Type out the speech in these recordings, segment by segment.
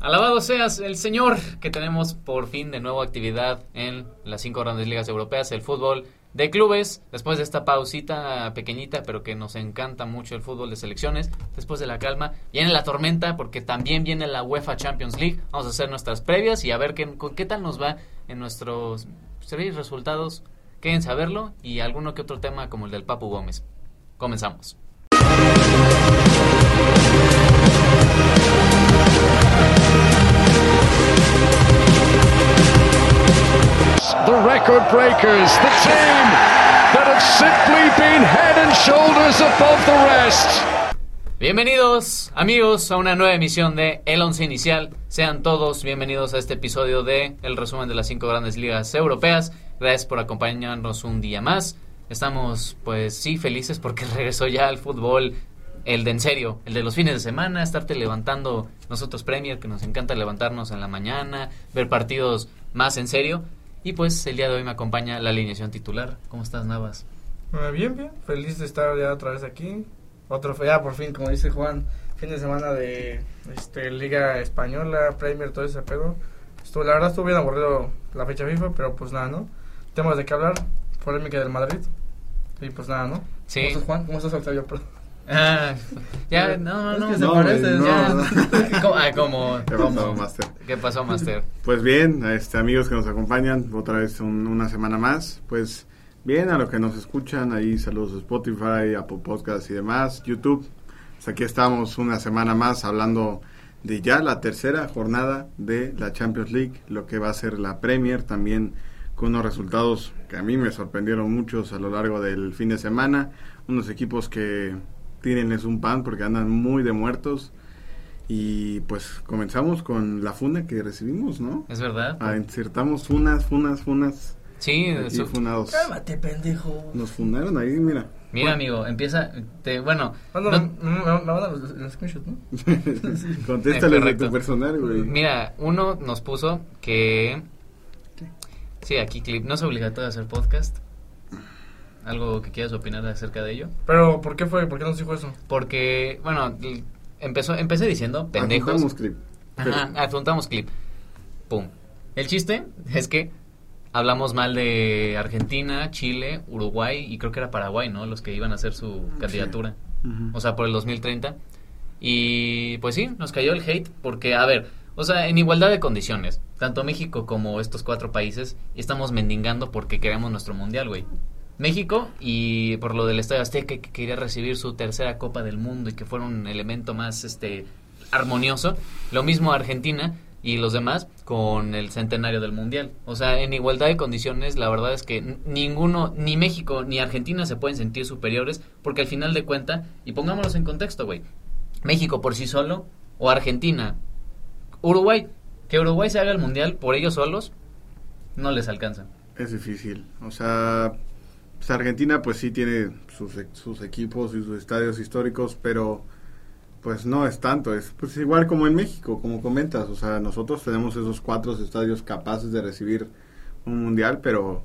Alabado seas el Señor que tenemos por fin de nuevo actividad en las cinco grandes ligas europeas, el fútbol de clubes, después de esta pausita pequeñita, pero que nos encanta mucho el fútbol de selecciones, después de la calma, viene la tormenta porque también viene la UEFA Champions League, vamos a hacer nuestras previas y a ver qué, con qué tal nos va en nuestros series resultados, queden saberlo y alguno que otro tema como el del Papu Gómez. Comenzamos. the record breakers, the team that have simply been head and shoulders above the rest. Bienvenidos amigos a una nueva emisión de El Once Inicial. Sean todos bienvenidos a este episodio de el resumen de las cinco grandes ligas europeas. Gracias por acompañarnos un día más. Estamos pues sí felices porque regresó ya al fútbol el de en serio, el de los fines de semana, estarte levantando nosotros Premier, que nos encanta levantarnos en la mañana, ver partidos más en serio. Y pues el día de hoy me acompaña la alineación titular. ¿Cómo estás, Navas? Ah, Bien, bien, feliz de estar ya otra vez aquí. Otro, fe- ya por fin, como dice Juan, fin de semana de este, Liga Española, Premier, todo ese pedo. Estuvo, la verdad estuvo bien aburrido la fecha FIFA, pero pues nada, ¿no? Temas de qué hablar, polémica del Madrid. Y pues nada, ¿no? Sí. ¿Cómo estás, Juan? ¿Cómo estás, Octavio? Perdón. Ah, ya, no, Es no, que se no. No, parece, güey, ya. no. ¿Cómo- ah, cómo- ¿Qué cómo? pasó, Master? ¿Qué pasó, Master? Pues bien, este, amigos que nos acompañan, otra vez un- una semana más, pues bien a los que nos escuchan, ahí saludos a Spotify, Apple Podcasts y demás, YouTube. Pues aquí estamos una semana más hablando de ya la tercera jornada de la Champions League, lo que va a ser la Premier también con unos resultados que a mí me sorprendieron muchos a lo largo del fin de semana, unos equipos que tírenles un pan porque andan muy de muertos y pues comenzamos con la funda que recibimos, ¿no? ¿Es verdad? Ah, insertamos unas, funas, funas. Sí, Aquí su- funados. Cálmate, pendejo. Nos fundaron ahí, mira. mira, amigo, empieza. te- bueno, Bueno, no- me, me- me van a los, los screenshots, ¿no? Contéstale de correcto. tu personal, güey. mira, uno nos puso que. Sí, aquí clip. No es obligatorio hacer podcast. ¿Algo que quieras opinar acerca de ello? Pero, ¿por qué fue? ¿Por qué nos dijo eso? Porque, bueno, l- empezó, empecé diciendo pendejos. Apuntamos clip. Ajá, Pero- adjuntamos clip. Pum. El chiste es que hablamos mal de Argentina, Chile, Uruguay y creo que era Paraguay, ¿no? Los que iban a hacer su candidatura. Ujú. O sea, por el 2030. Y pues sí, nos cayó el hate porque, a ver, o sea, en igualdad de condiciones, tanto México como estos cuatro países estamos mendigando porque queremos nuestro mundial, güey. México y por lo del Estadio Azteca que quería recibir su tercera Copa del Mundo y que fuera un elemento más este armonioso. Lo mismo Argentina y los demás con el centenario del mundial. O sea, en igualdad de condiciones, la verdad es que n- ninguno, ni México ni Argentina se pueden sentir superiores porque al final de cuenta, y pongámoslos en contexto, güey, México por sí solo o Argentina, Uruguay, que Uruguay se haga el mundial por ellos solos, no les alcanza. Es difícil. O sea, pues Argentina pues sí tiene sus, e- sus equipos y sus estadios históricos, pero pues no es tanto. Es pues igual como en México, como comentas. O sea, nosotros tenemos esos cuatro estadios capaces de recibir un mundial, pero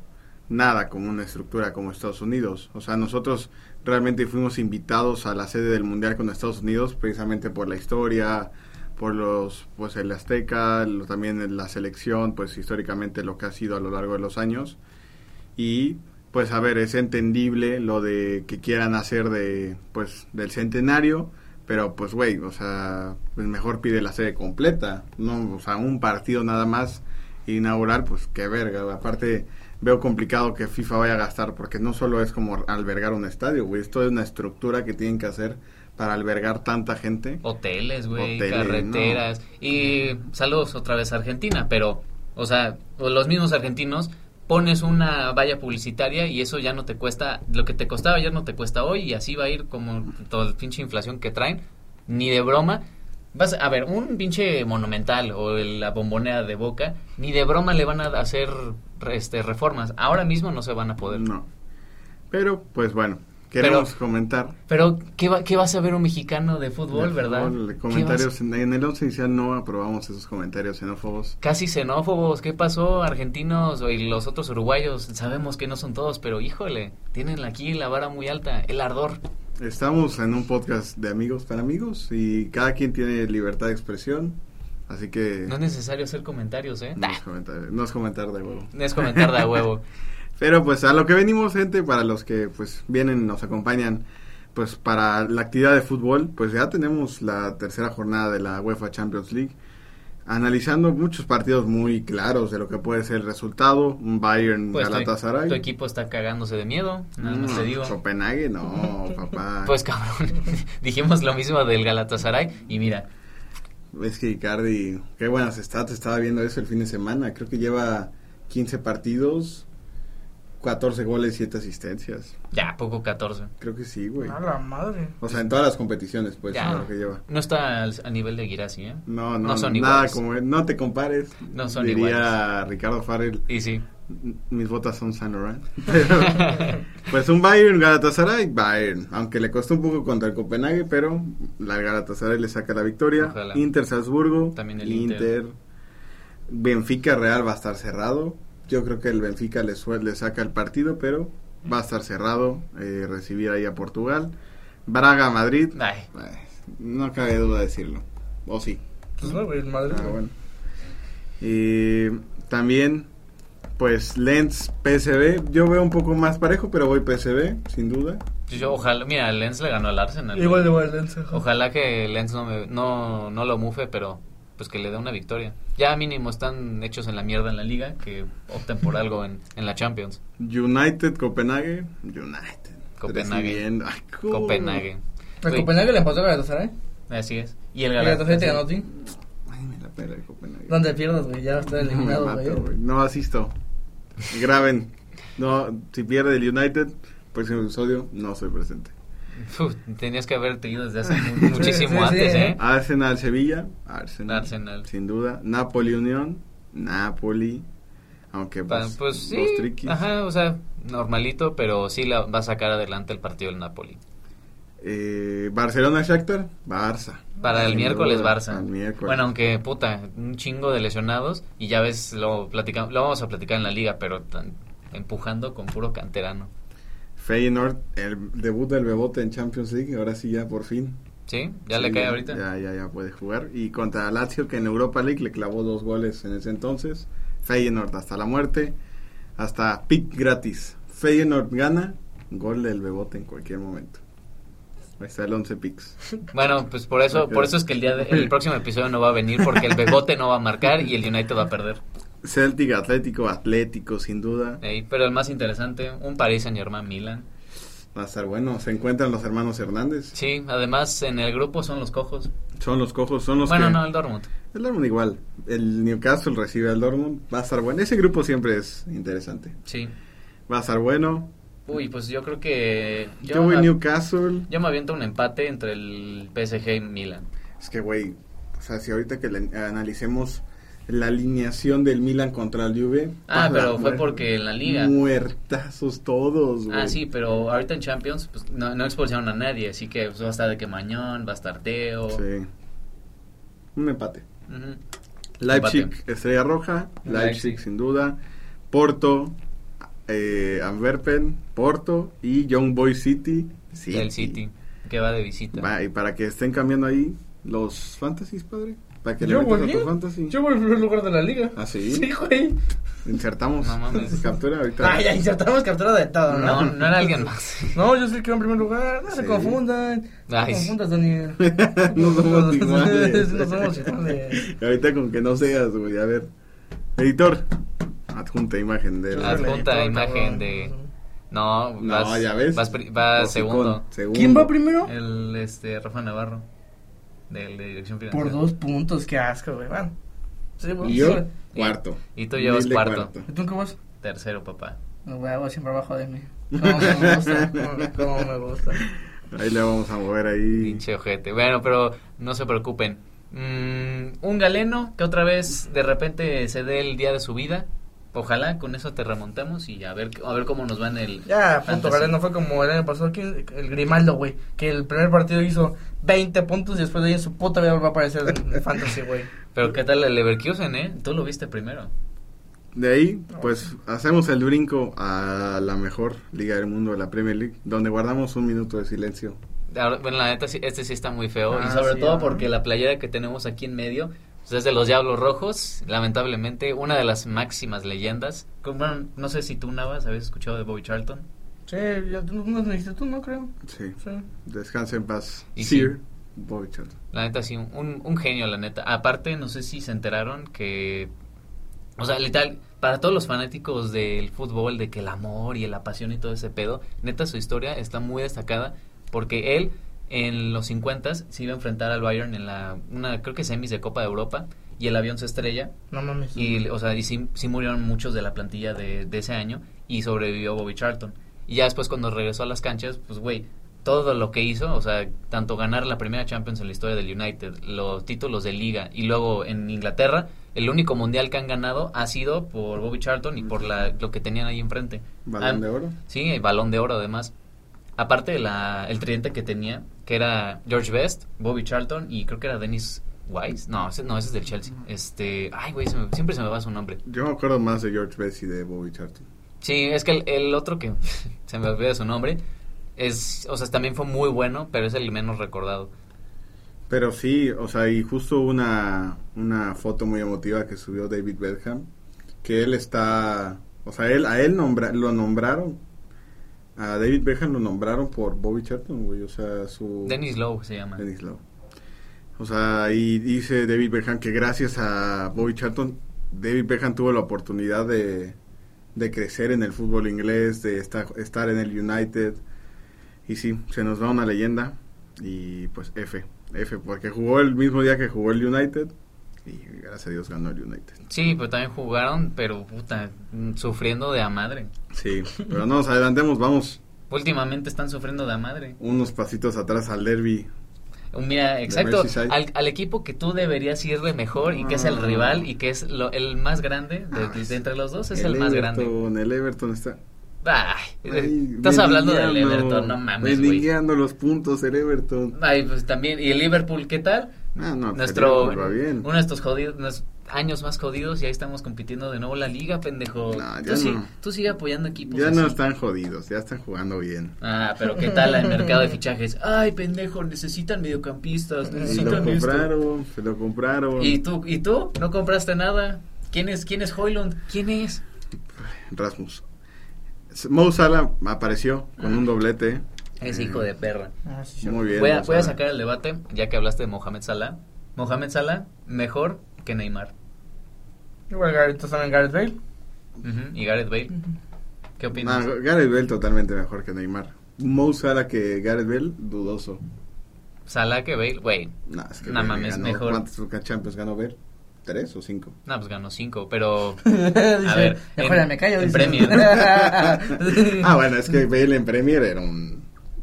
nada como una estructura como Estados Unidos. O sea, nosotros realmente fuimos invitados a la sede del mundial con Estados Unidos precisamente por la historia, por los pues el Azteca, lo- también en la selección, pues históricamente lo que ha sido a lo largo de los años y pues a ver, es entendible lo de que quieran hacer de pues del centenario, pero pues güey, o sea, pues mejor pide la sede completa, no, o sea, un partido nada más inaugurar, pues qué verga, aparte veo complicado que FIFA vaya a gastar porque no solo es como albergar un estadio, güey, esto es una estructura que tienen que hacer para albergar tanta gente. Hoteles, güey, Hoteles, carreteras. Y saludos otra vez a Argentina, pero, o sea, o los mismos argentinos pones una valla publicitaria y eso ya no te cuesta, lo que te costaba ayer no te cuesta hoy y así va a ir como todo el pinche inflación que traen, ni de broma. Vas a ver, un pinche monumental o el- la bombonera de Boca, ni de broma le van a hacer este, reformas. Ahora mismo no se van a poder. No. Pero pues bueno, queremos comentar Pero, ¿qué va, ¿qué vas a ver un mexicano de fútbol, Por verdad? favor, le- ¿Qué vas- comentarios en, en el 11 inicial no aprobamos esos comentarios xenófobos. Casi xenófobos, ¿qué pasó? Argentinos y los otros uruguayos, sabemos que no son todos, pero híjole, tienen aquí la vara muy alta, el ardor. Estamos en un podcast de amigos para amigos y cada quien tiene libertad de expresión. Así que... No es necesario hacer comentarios, ¿eh? no es comentar, no es comentar de huevo. No es comentar de a huevo. Pero pues a lo que venimos, gente, para los que pues vienen, nos acompañan, pues para la actividad de fútbol, pues ya tenemos la tercera jornada de la UEFA Champions League, analizando muchos partidos muy claros de lo que puede ser el resultado, un Bayern Pues tu, Galatasaray. tu equipo está cagándose de miedo, nada más Mm, te digo. Copenhague, no, papá. Pues cabrón, dijimos lo mismo del Galatasaray y mira, Es que Icardi, qué buenas stats, estaba viendo eso el fin de semana. Creo que lleva 15 partidos, 14 goles, 7 asistencias. ya poco 14. Creo que sí, güey. A la madre. O sea, en todas las competiciones, pues, Ya. es lo que lleva. No está al, al nivel de Girassi, ¿eh? No, no, No son nada iguales. como no te compares. No son diría Ricardo Farrell, Y sí. mis botas son San Laurent. Pero, pues un Bayern, Galatasaray, Bayern. Aunque le costó un poco contra el Copenhague, pero la Galatasaray le saca la victoria. Ojalá. Inter Salzburgo, También el Inter. Benfica Real va a estar cerrado. Yo creo que el Benfica le, sue- le saca el partido, pero va a estar cerrado. eh, recibir ahí a Portugal. Braga, Madrid. Ay, Ay, No cabe duda decirlo. O sí. Pues no, güey, el Madrid. Ah, güey. bueno. Y también, pues Lens, PSV. Yo veo un poco más parejo, pero voy PSV, sin duda. pues yo ojalá, mira, Lens le ganó al Arsenal. güey. Igual, igual, Lens. ajá. Ojalá que Lens no, me- no, no lo mufe, pero pues que le dé una victoria. Ya mínimo están hechos en la mierda en la liga, que opten por algo en, en la Champions. United, Copenhague. United. Copenhague. Recibiendo- Ay, cu- Copenhague. El Güey, Copenhague le empató a Galatasaray. Así es. Y el Y Galatasaray te Galatasaray. ganó a ti. Ay, me la pela el Copenhague. Donde pierdas, güey, ya está No, me eliminado, mato, güey. güey. No asisto. Graben. No, si pierde el United, próximo episodio, no soy presente. Uf, tenías que haberte ido desde hace mu- muchísimo sí, Ah, antes, sí. ¿eh? Arsenal Sevilla, Arsenal, Arsenal. sin duda, Napoli Unión, Napoli, aunque Pa- pues, Pues sí, los triquis, ajá, o sea, normalito, pero sí la, va a sacar adelante el partido del Napoli. Eh, Barcelona Shakhtar, Barça. Para el Sin miércoles duda, Barça. al miércoles. Bueno, aunque puta, un chingo de lesionados y ya ves, lo, platica, lo vamos a platicar en la liga, pero tan- empujando con puro canterano. Feyenoord, el debut del Bebote en Champions League, ahora sí ya por fin. ¿Sí? ¿Ya Sí, le cae ahorita? Ya, ya, ya puede jugar. Y contra Lazio, que en Europa League le clavó dos goles en ese entonces. Feyenoord hasta la muerte, hasta pick gratis. Feyenoord gana, gol del Bebote en cualquier momento. Ahí está el 11 picks. Bueno, pues por eso, Ok. por eso es que el día de- el próximo episodio no va a venir porque el Bebote no va a marcar y el United va a perder. Celtic, Atlético, Atlético, sin duda. Ey, pero el más interesante, un París Saint Germain Milan. Va a estar bueno. Se encuentran los hermanos Hernández. Sí, además en el grupo son los cojos. Son los cojos, son los bueno, que... no, el Dortmund. El Dortmund igual. El Newcastle recibe al Dortmund. Va a estar bueno. Ese grupo siempre es interesante. Sí. Va a estar bueno. Uy, pues yo creo que Yo, yo, voy me, Newcastle. yo me aviento un empate entre el PSG y Milan. Es que, güey, o sea, si ahorita que le- analicemos la alineación del Milan contra el Juve... Ah, para pero fue muer- porque en la liga. Muertazos todos, güey. Ah, sí, pero ahorita en Champions pues, no, no expulsaron a nadie, así que pues, va a estar de que Mañón, va a estar Teo. Sí. Un empate. Ujú. Leipzig, Empate. Estrella Roja, Leipzig, Leipzig. sin duda, Porto, eh, Antwerpen, Porto y Young Boy City. El City, que va de visita. Va, y para que estén cambiando ahí los fantasies, padre. Para que Yo le metas a volví. tu fantasy. Yo voy en primer lugar de la liga. ¿Ah, sí? Sí, güey. Insertamos. No mames. Captura ahorita. Ay, ya insertamos captura de todo, No, ¿no? no era alguien más. No, yo soy que iba en primer lugar. No Sí. se confundan. No Ay, se sí. confundas, Daniel. no somos iguales. no somos iguales. ahorita con que no seas, güey. A ver. Editor. Adjunta imagen de... Ah, Adjunta Cabrón. imagen de- No, No, vas, ya ves. vas pri- vas Hocicón, segundo. ¿Quién Uh. va primero? El este Rafa Navarro del de dirección financiera. Por dos puntos, qué asco, güey. Bueno. Sí, bueno. Y yo, sí. cuarto. Y tú llevas Dile cuarto. ¿Y tú qué vas? Tercero, papá. No, güey, voy siempre abajo de mí. Como me gusta, como- como me gusta. Ahí le vamos a mover ahí. Pinche ojete. Bueno, pero no se preocupen. Mm, un galeno que otra vez de repente se dé el día de su vida. Ojalá con eso te remontamos y a ver a ver cómo nos va en el Ya, fantasy. punto, Galeno no fue como el año pasado que el Grimaldo, güey, que el primer partido hizo 20 puntos y después de ahí en su puta vida volvió a aparecer en Fantasy, güey. Pero qué tal el Leverkusen, ¿eh? Tú lo viste primero. De ahí, pues hacemos el brinco a la mejor liga del mundo, la Premier League, donde guardamos un minuto de silencio. Ahora, bueno, la neta sí- este sí está muy feo Ah, y sobre sí, todo ah. porque la playera que tenemos aquí en medio pues es de los Diablos Rojos, lamentablemente, una de las máximas leyendas. Como, bueno, no sé si tú, Navas, habías escuchado de Bobby Charlton. Sí, ya tú nos dijiste tú, ¿no? Creo. Sí. Sí. Descansa en paz. Y Sir sí. Bobby Charlton. La neta, sí, un, un genio, la neta. Aparte, no sé si se enteraron que. O sea, literal, para todos los fanáticos del fútbol, de que el amor y la pasión y todo ese pedo, neta, su historia está muy destacada porque él en los 50 se iba a enfrentar al Bayern en la. Una, creo que semis de Copa de Europa y el avión se estrella No mames. y, o sea, y sí, sí murieron muchos de la plantilla de, de ese año y sobrevivió Bobby Charlton. Y ya después cuando regresó a las canchas, pues güey, todo lo que hizo, o sea, tanto ganar la primera Champions en la historia del United, los títulos de liga y luego en Inglaterra, el único mundial que han ganado ha sido por Bobby Charlton y por la, lo que tenían ahí enfrente. Balón Ah, de oro. Sí, el balón de oro además. Aparte de la, el tridente que tenía, que era George Best, Bobby Charlton y creo que era Dennis Wise. No, ese, no, ese es del Chelsea. Este, ay, güey, se me- siempre se me va su nombre. Yo me acuerdo más de George Best y de Bobby Charlton. Sí, es que el, el otro que se me olvida su nombre es, o sea, también fue muy bueno, pero es el menos recordado. Pero sí, o sea, y justo una, una foto muy emotiva que subió David Bedham, que él está, o sea, él, a él nombra, lo nombraron, a David Bedham lo nombraron por Bobby Charlton, güey, o sea, su... Dennis Lowe se llama. Dennis Lowe. O sea, y dice David Beckham que gracias a Bobby Charlton, David Beckham tuvo la oportunidad de, de crecer en el fútbol inglés, de estar, estar en el United. Y sí, se nos va una leyenda. Y pues F, F, porque jugó el mismo día que jugó el United. Y gracias a Dios ganó el United. Sí, pero también jugaron, pero puta, mm, sufriendo de a madre. Sí, pero no nos adelantemos, vamos Últimamente están sufriendo de a madre. unos pasitos atrás al derby. Mira, exacto, Merseyside. al, al equipo que tú deberías ir de mejor y que es el Ah. rival y que es lo- el más grande de, de- de entre los dos, es el, más grande. Everton, El Everton está Ay, eh, Ay, estás hablando del mendigando, Everton, no mames, güey. mendigando los puntos el Everton. Ay, pues también, y el Liverpool, ¿qué tal? Ah, no, Nuestro, pero va bien. uno de estos jodidos, unos años más jodidos y ahí estamos compitiendo de nuevo la liga, pendejo. No, ya tú, sí- no. tú sigue apoyando equipos Ya no así. están jodidos, ya están jugando bien. Ah, pero ¿qué tal el mercado de fichajes? Ay, pendejo, necesitan mediocampistas, Se lo necesitan esto. compraron, se lo compraron. ¿Y tú, ¿Y tú? ¿No compraste nada? ¿Quién es, quién es Hoyland? ¿Quién es? Rasmus. Mo Salah apareció con un doblete. Es hijo de perra. Ah, sí, sí. Mm. Muy bien. Voy a, Mo voy a Salah. sacar el debate, ya que hablaste de Mohamed Salah. Mohamed Salah, mejor que Neymar. Igual Gareth, entonces también Gareth Bale. Ujú, Y Gareth Bale, ¿qué opinas? No, Gareth Bell totalmente mejor que Neymar. Mo Salah que Gareth Bell, dudoso. Salah que Bale, güey. Nah, es que No Bale mames, ganó- mejor. ¿Cuántos Champions ganó Bell? ¿Tres o cinco? No, pues ganó cinco, pero... Dice, ver, mejor en- ya me callo. en dice. premio. ah, bueno, es que Bale en Premier era un...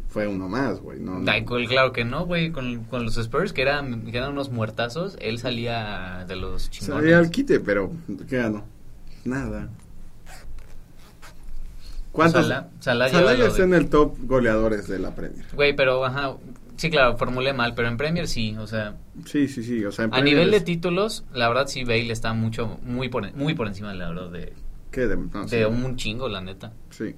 Fue uno más, güey. No, no. Ay, col- claro que no, güey. Con, con los Spurs, que eran, que eran unos muertazos, él salía de los Salía chingones. al quite, pero ¿qué ganó? Nada. ¿Cuántos? Salah- Salah, Salah lleva lo está de- en el top goleadores de la Premier. Güey, pero, ajá, sí, claro, formulé mal, pero en Premier sí, o sea, Sí, sí, sí. O sea, en a Premier nivel de es- títulos, la verdad sí Bale está mucho, muy por, muy por encima, la verdad, de, ¿Qué? De, no, Ah, sí, de un chingo, la neta. sí,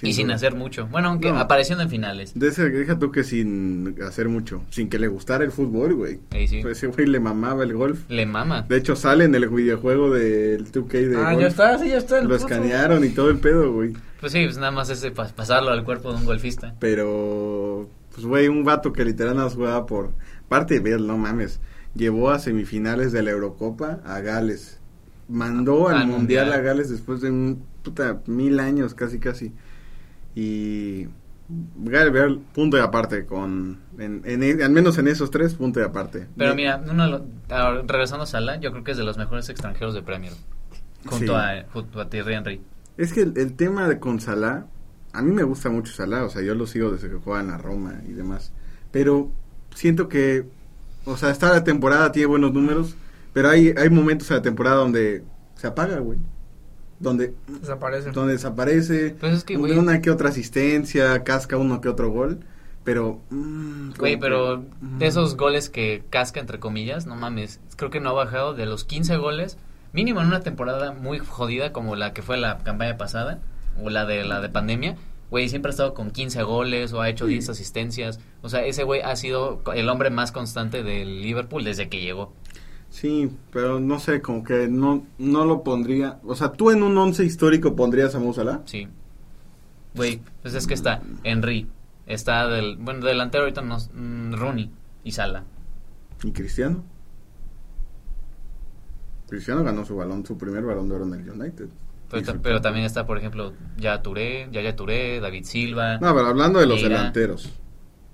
y sin duda. hacer mucho. Bueno, aunque No. apareciendo en finales. De ese, deja tú que sin hacer mucho. Sin que le gustara el fútbol, güey. Ahí sí. Pues ese güey le mamaba el golf. Le mama. De hecho, sale en el videojuego del 2K de Ah, golf. ya está, sí, ya está. el Lo puto. escanearon y todo el pedo, güey. Pues sí, pues nada más es de pas- pasarlo al cuerpo de un golfista. Pero, pues, güey, un vato que literal nada más jugaba por. Parte de Bale, no mames. Llevó a semifinales de la Eurocopa a Gales. Mandó al Ah, Al mundial, Mundial. a Gales después de un, puta, mil años, casi, casi. Y. Gareth Bale, punto de aparte. con en, en- al menos en esos tres, punto de aparte. Pero Ni- mira, uno de los- ahora, regresando a Salah, yo creo que es de los mejores extranjeros de Premier. Junto, Sí. a, junto a Thierry Henry. Es que el, el tema de con Salah, a mí me gusta mucho Salah, o sea, yo lo sigo desde que juega en la Roma y demás. Pero siento que, o sea, está la temporada, tiene buenos números, pero hay, hay momentos en la temporada donde se apaga, güey. Donde, Desaparece. donde desaparece, Pues es que, donde güey- una que otra asistencia, casca uno que otro gol, pero... mm, como Güey, que, pero mm. de esos goles que casca, entre comillas, no mames. Creo que no ha bajado de los 15 goles. Mínimo en una temporada muy jodida como la que fue la campaña pasada o la de la de pandemia. Güey, siempre ha estado con 15 goles o ha hecho 10 asistencias. O sea, ese güey ha sido co- el hombre más constante del Liverpool desde que llegó. Sí, pero no sé, como que no, no lo pondría. O sea, tú en un once histórico pondrías a Mo Salah? Sí. Güey, pues es que está Henry, está del bueno, delantero ahorita nos mm, Rooney y Sala. ¿Y Cristiano? Cristiano ganó su balón, su primer balón de oro en el United. Pero, Y ta- su- pero también está, por ejemplo, ya Touré, ya Touré, David Silva. No, pero hablando de los Mira. delanteros.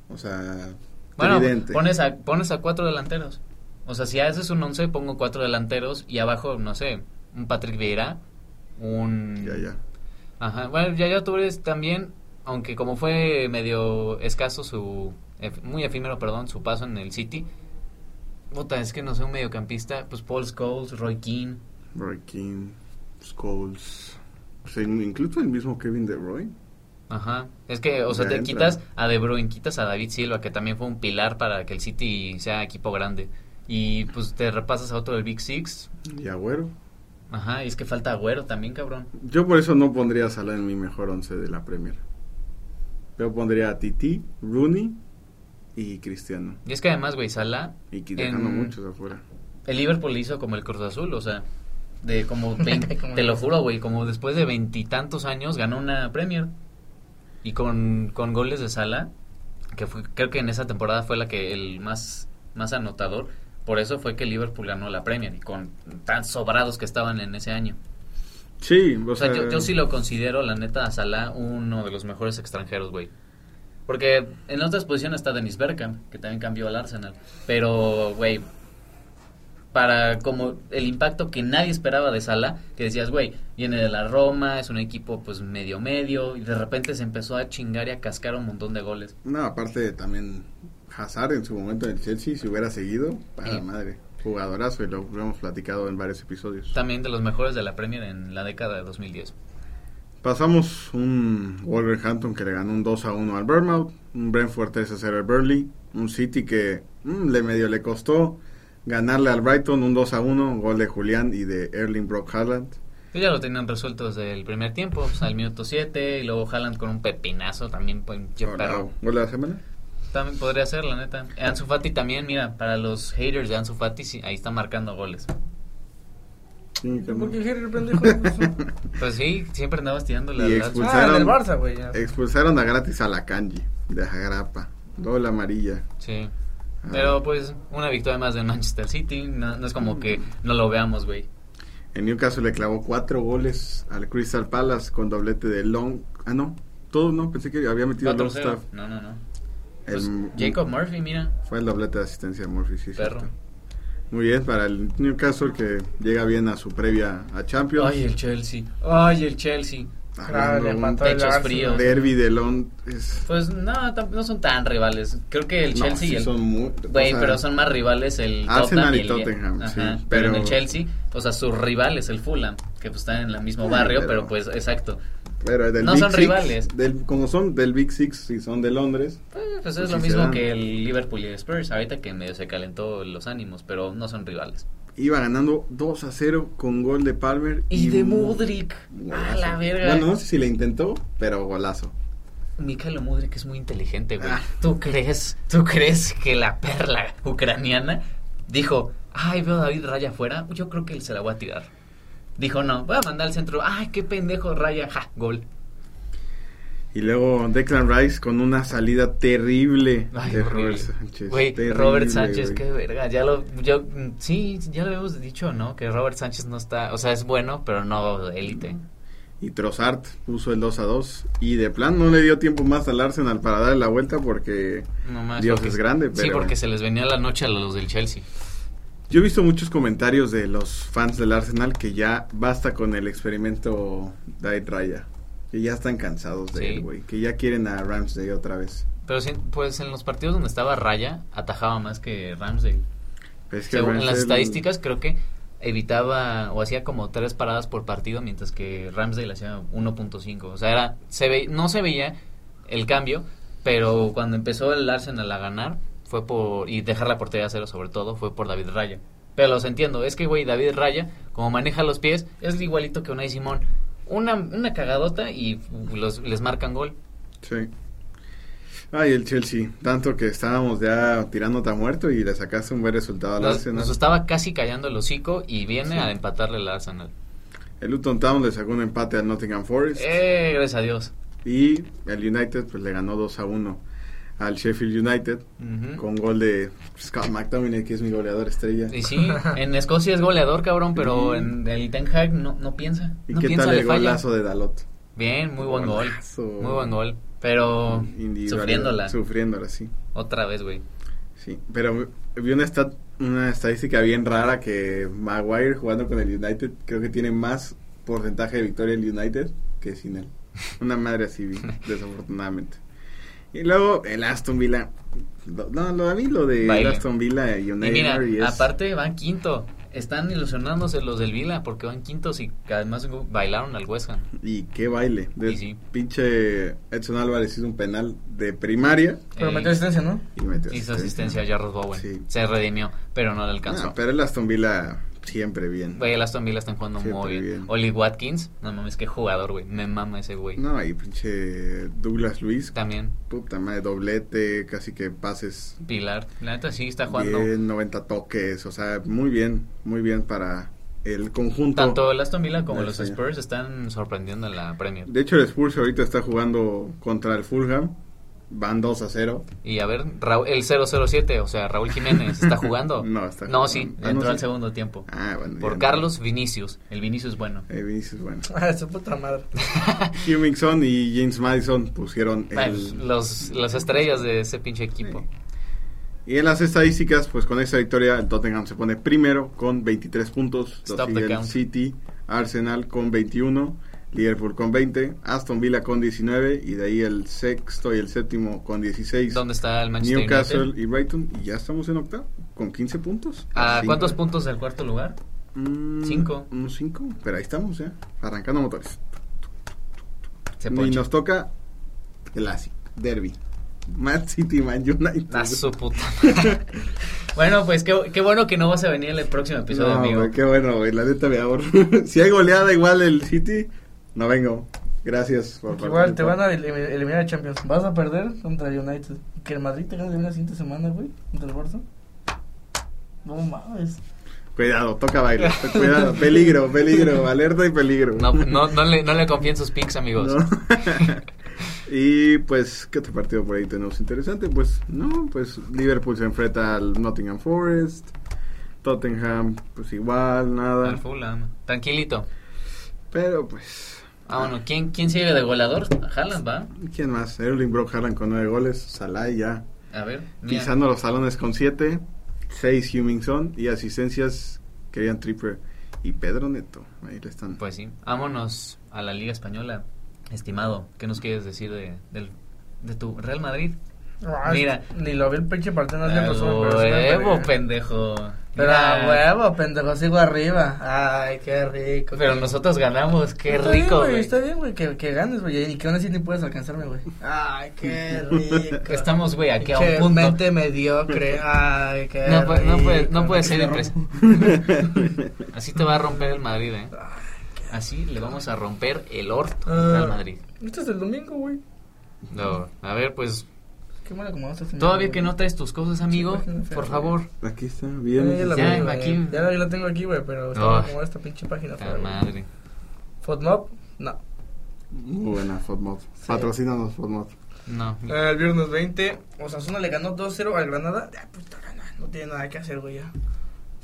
O sea, bueno, evidente. pones a pones a cuatro delanteros. O sea, si haces un once, pongo cuatro delanteros y abajo, no sé, un Patrick Vieira, un Ya, ya. Ajá, bueno, Yaya Touré es también, aunque como fue medio escaso su, ef- muy efímero, perdón, su paso en el City, puta, es que no sé, un mediocampista, pues Paul Scholes, Roy Keane, Roy Keane, Scholes. pues, in- incluso el mismo Kevin De Bruyne. ajá, es que, o sea, Ya te entra. quitas a De Bruyne, quitas a David Silva, que también fue un pilar para que el City sea equipo grande, y pues te repasas a otro del Big Six, Y Agüero. ajá, y es que falta Agüero también, cabrón, Yo por eso no pondría a Salah en mi mejor once de la Premier. Yo pondría a Titi, Rooney y Cristiano. y es que además, güey, Salah, Y que dejando En- muchos afuera. El Liverpool le hizo como el Cruz Azul, o sea, de como veinte- Como te el lo Cruz juro, güey, como después de veintitantos años ganó una Premier y con, con goles de Sala, que fue, creo que en esa temporada fue la que el más más anotador, por eso fue que el Liverpool ganó la Premier y con tan sobrados que estaban en ese año. Sí, o, O sea, yo, yo sí lo considero, la neta, a Salah uno de los mejores extranjeros, güey. Porque en otras posiciones está Dennis Bergkamp, que también cambió al Arsenal. Pero, güey, para como el impacto que nadie esperaba de Salah, que decías, güey, viene de la Roma, es un equipo pues medio medio, y de repente se empezó a chingar y a cascar un montón de goles. No, aparte también Hazard en su momento en el Chelsea, si hubiera seguido, para Sí. la madre. Jugadorazo y lo hemos platicado en varios episodios. También de los mejores de la Premier en la década de 2010. Pasamos un Wolverhampton que le ganó un 2 a 1 al Bournemouth, un Brentford 3 a 0 al Burnley, un City que mm, le medio le costó ganarle al Brighton un 2 a 1, gol de Julián y de Erling Brock Haaland. Que Pues ya lo tenían resuelto desde el primer tiempo, o sea, al minuto 7, y luego Haaland con un pepinazo también, pinche Hola, perro. ¿Gol de la semana? También podría ser, la neta. Ansu Fati también, mira, para los haters de Ansu Fati, sí, ahí está marcando goles. Sí, ¿Por cabrón. qué el Henry pendejo? Pues, Pues sí, siempre andabas tirando la Y la- expulsado. ah, Expulsaron- en el Barça, güey. ya. Expulsaron a gratis a la Kanji de Jagrapa, doble amarilla. Sí. Ah. Pero pues una victoria más del Manchester City, no, no es como que no lo veamos, güey. En Newcastle le clavó cuatro goles al Crystal Palace con doblete de Long. Ah, no, todo no, pensé que había metido 4-0. Longstaff. No, no, no. El- Pues, Jacob Murphy, mira. Fue el doblete de asistencia de Murphy, sí, es Perro. cierto. Muy bien, para el Newcastle que llega bien a su previa a Champions. Ay, el Chelsea. Ay, el Chelsea. Ah, Hablando le un mató el Pechos Arsenal. fríos. derby de Londres. Pues no, tam- no son tan rivales. Creo que el No, Chelsea y sí el son muy- Güey, o sea, pero son más rivales el Arsenal Tottenham y el- Tottenham, ajá, sí, pero, pero- en el Chelsea, o sea, sus rivales, el Fulham, que pues están en el mismo Sí, barrio, pero- pero, pues exacto. pero del no Big son Six, rivales. del- como son del Big Six y son de Londres, Pues, pues, es Pues lo sí mismo serán. que el Liverpool y el Spurs, ahorita que medio se calentó los ánimos, pero no son rivales. iba ganando 2 a 0 con gol de Palmer. Y, de un Mudrik, golazo. a la verga. Bueno, no sé si le intentó, pero golazo. Mikhailo Mudrik es muy inteligente, güey. Ah. ¿Tú crees, tú crees que la perla ucraniana dijo, ay, veo a David Raya afuera, yo creo que él se la voy a tirar? Dijo, no, voy a mandar al centro, ay, qué pendejo Raya, ja, gol. Y luego Declan Rice con una salida terrible Ay, de horrible. Robert Sánchez. Güey, Terrible, Robert Sánchez, güey. qué verga. Ya lo, yo, mm, sí, ya lo habíamos dicho, ¿no? Que Robert Sánchez no está, o sea, es bueno, pero no de élite. Y Trossard puso el 2 a 2. Y de plan no le dio tiempo más al Arsenal para darle la vuelta porque No más Dios porque- es grande. Pero Sí, porque se les venía la noche a los del Chelsea. Yo he visto muchos comentarios de los fans del Arsenal que ya basta con el experimento David Raya. Que ya están cansados de Sí. él, güey. Que ya quieren a Ramsey otra vez. Pero sí, pues en los partidos donde estaba Raya, atajaba más que Ramsey. Pero es que Según Ramsdale- las estadísticas, creo que evitaba o hacía como tres paradas por partido, mientras que Ramsdale hacía 1.5. O sea, era, se ve, no se veía el cambio, pero cuando empezó el Arsenal a ganar, fue por, y dejar la portería a cero sobre todo, fue por David Raya. Pero los entiendo, es que, güey, David Raya, como maneja los pies, es igualito que Unai Simón. Una, una cagadota y los, les marcan gol. Sí. Ay, el Chelsea, tanto que estábamos ya tirándote a muerto y le sacaste un buen resultado al Nos, Arsenal. nos estaba casi callando el hocico y viene a empatarle el Arsenal. El Luton Town le sacó un empate al Nottingham Forest Eh, gracias a Dios. y el United pues le ganó 2 a 1 al Sheffield United Ujú. con gol de Scott McTominay, que es mi goleador estrella. Y sí, en Escocia es goleador, cabrón, pero en el Ten Hag no, no piensa. ¿Y no qué piensa, tal le el falla. golazo de Dalot? Bien, muy buen gol. Golazo. Muy buen gol. Pero Individualidad, sufriéndola. Sufriéndola, sí. Otra vez, güey. Sí, pero vi una, estat- una estadística bien rara que Maguire jugando con el United creo que tiene más porcentaje de victoria el United que sin él. Una madre así, vi, desafortunadamente. Y luego el Aston Villa. Lo- No, lo, a mí lo de Baile. Aston Villa y Y United mira, y es- aparte van quinto. Están ilusionándose los del Vila porque van quintos y que además gu- bailaron al West Ham. Y qué baile. De Y sí. Pinche Edson Álvarez hizo un penal de primaria Pero Eh, metió asistencia, ¿no? y metió hizo asistencia a Jarrod Bowen. Sí. Se redimió, pero no le alcanzó. Ah, pero el Aston Villa siempre bien. Güey, el Aston Villa están jugando Siempre muy bien. bien. Oli Watkins, no mames, qué jugador, güey. Me mama ese güey. No, y pinche Douglas Luis, También puta madre, doblete, casi que pases Pilar. La neta sí está jugando. bien, 90 toques, o sea, muy bien, muy bien para el conjunto. Tanto el Aston Villa como Sí, los sí. Spurs están sorprendiendo en la Premier. De hecho, el Spurs ahorita está jugando contra el Fulham, van 2 a 0. Y a ver, Ra- el 007, o sea, Raúl Jiménez, ¿está jugando? No, está No, jugando. sí, Ah, no, entró al sí. segundo tiempo. Ah, bueno. Por ya no. Carlos Vinicius. El Vinicius bueno. Eh, Vinicius, bueno. Ah, su puta madre. Hummingson y James Madison pusieron el... Bueno, los, las estrellas de ese pinche equipo. Sí. Y en las estadísticas, pues con esta victoria, el Tottenham se pone primero con 23 puntos. Lo Stop the sigue el count. City, Arsenal con 21, Liverpool con 20, Aston Villa con 19 y de ahí el sexto y el séptimo con 16. ¿Dónde está el Manchester Newcastle United? y Brighton y ya estamos en octavo con 15 puntos. ¿A Cinco. Ah, cuántos puntos del cuarto lugar? Mm, Cinco. Unos 5, pero ahí estamos ya, arrancando motores. Se y poncha. nos toca clásico, derby. Man City, Man United. A su puta madre. Bueno, pues qué, qué bueno que no vas a venir en el próximo episodio, No, amigo. güey, qué bueno, güey. La neta me ahorro. si hay goleada igual el City, no vengo. Gracias por Igual te van participar. a elim- eliminar a Champions. Vas a perder contra el United. Que el Madrid te gane la siguiente semana, güey. Contra el Barça. No mames. Cuidado, toca baile. Cuidado, peligro, peligro, alerta y peligro. No, no, no le, no le confíen sus picks, amigos. No. y pues, ¿qué otro partido por ahí tenemos interesante? Pues, no, pues Liverpool se enfrenta al Nottingham Forest. Tottenham, pues igual, Al nada. Fulham. Tranquilito. Pero pues, Ah, bueno, ¿quién, quién sigue de goleador? Haaland, ¿va? ¿quién más? Erling Brock Haaland con nueve goles. Salah y ya. A ver. mira. pisando los salones con 7, 6 Hummingson y asistencias Kerian Tripper y Pedro Neto. Ahí le están. Pues sí, vámonos a la Liga Española. Estimado, ¿qué nos quieres decir de, del- de tu Real Madrid? Ah, Mira. Ni lo vi el pinche partido. No sé A resumen, pero sí me huevo, perdí. pendejo. Pero a Mira, huevo, pendejo, sigo arriba. Ay, qué rico. Pero nosotros ganamos, qué Está bien, rico, güey, güey. Está bien, güey, que, que ganes, güey. Y que aún así ni puedes alcanzarme, güey. Ay, qué rico. Estamos, güey, aquí a Pinche un punto. mente mediocre. Ay, qué No, puede- no puede- rico. Este no puede ser Ay, impres- Así te va a romper el Madrid, ¿eh? Así le vamos a romper el orto al Real Madrid. Este es el domingo, güey. No, a ver, pues, Qué mal acomodaste. este todavía domingo, que no güey. traes tus cosas, amigo, Sí, pues, por sí. favor. Aquí está, bien. Ya, ya, la, Ya, tengo, aquí. güey. ya la- ya la tengo aquí, güey, pero está Ay. mal acomodada esta pinche página. La fea, güey. madre. Fotmob, no. Muy buena, FODMOD. Patrocínanos, FODMOD. No. Eh, El viernes 20, Osasuna le ganó 2-0 al Granada. Ah, puta Granada, no tiene nada que hacer, güey, ya.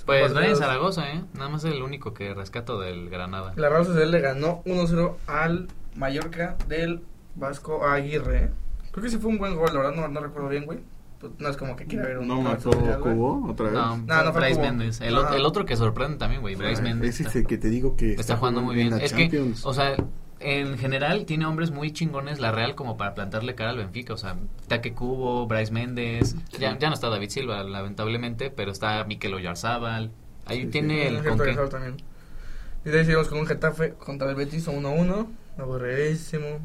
Pues Partidos. Brian Zaragoza, ¿eh? Nada más el único que rescato del Granada. La Real Sociedad le ganó 1-0 al Mallorca del Vasco Aguirre. ¿eh? Creo que sí fue un buen gol, la verdad, no, no recuerdo bien, güey. Pues, No es como que quiera ver un No una me Sociedad, acuerdo, güey. ¿Cubo? ¿Otra vez? No, No, no fue Bryce como- Méndez. El, o- Ajá. el otro que sorprende también, güey. Bryce Ah, Méndez. Ese es está, el que te digo que está jugando muy bien. en la Es que, Champions. o sea, en general tiene hombres muy chingones la Real como para plantarle cara al Benfica. O sea, Taque Cubo, Bryce Méndez. Ya, ya no está David Silva, lamentablemente, pero está Mikel Oyarzábal. Ahí Sí, sí. tiene Un el con cierto qué. regalo también. Y de ahí seguimos con un Getafe contra el Betis 1-1. Aburridísimo.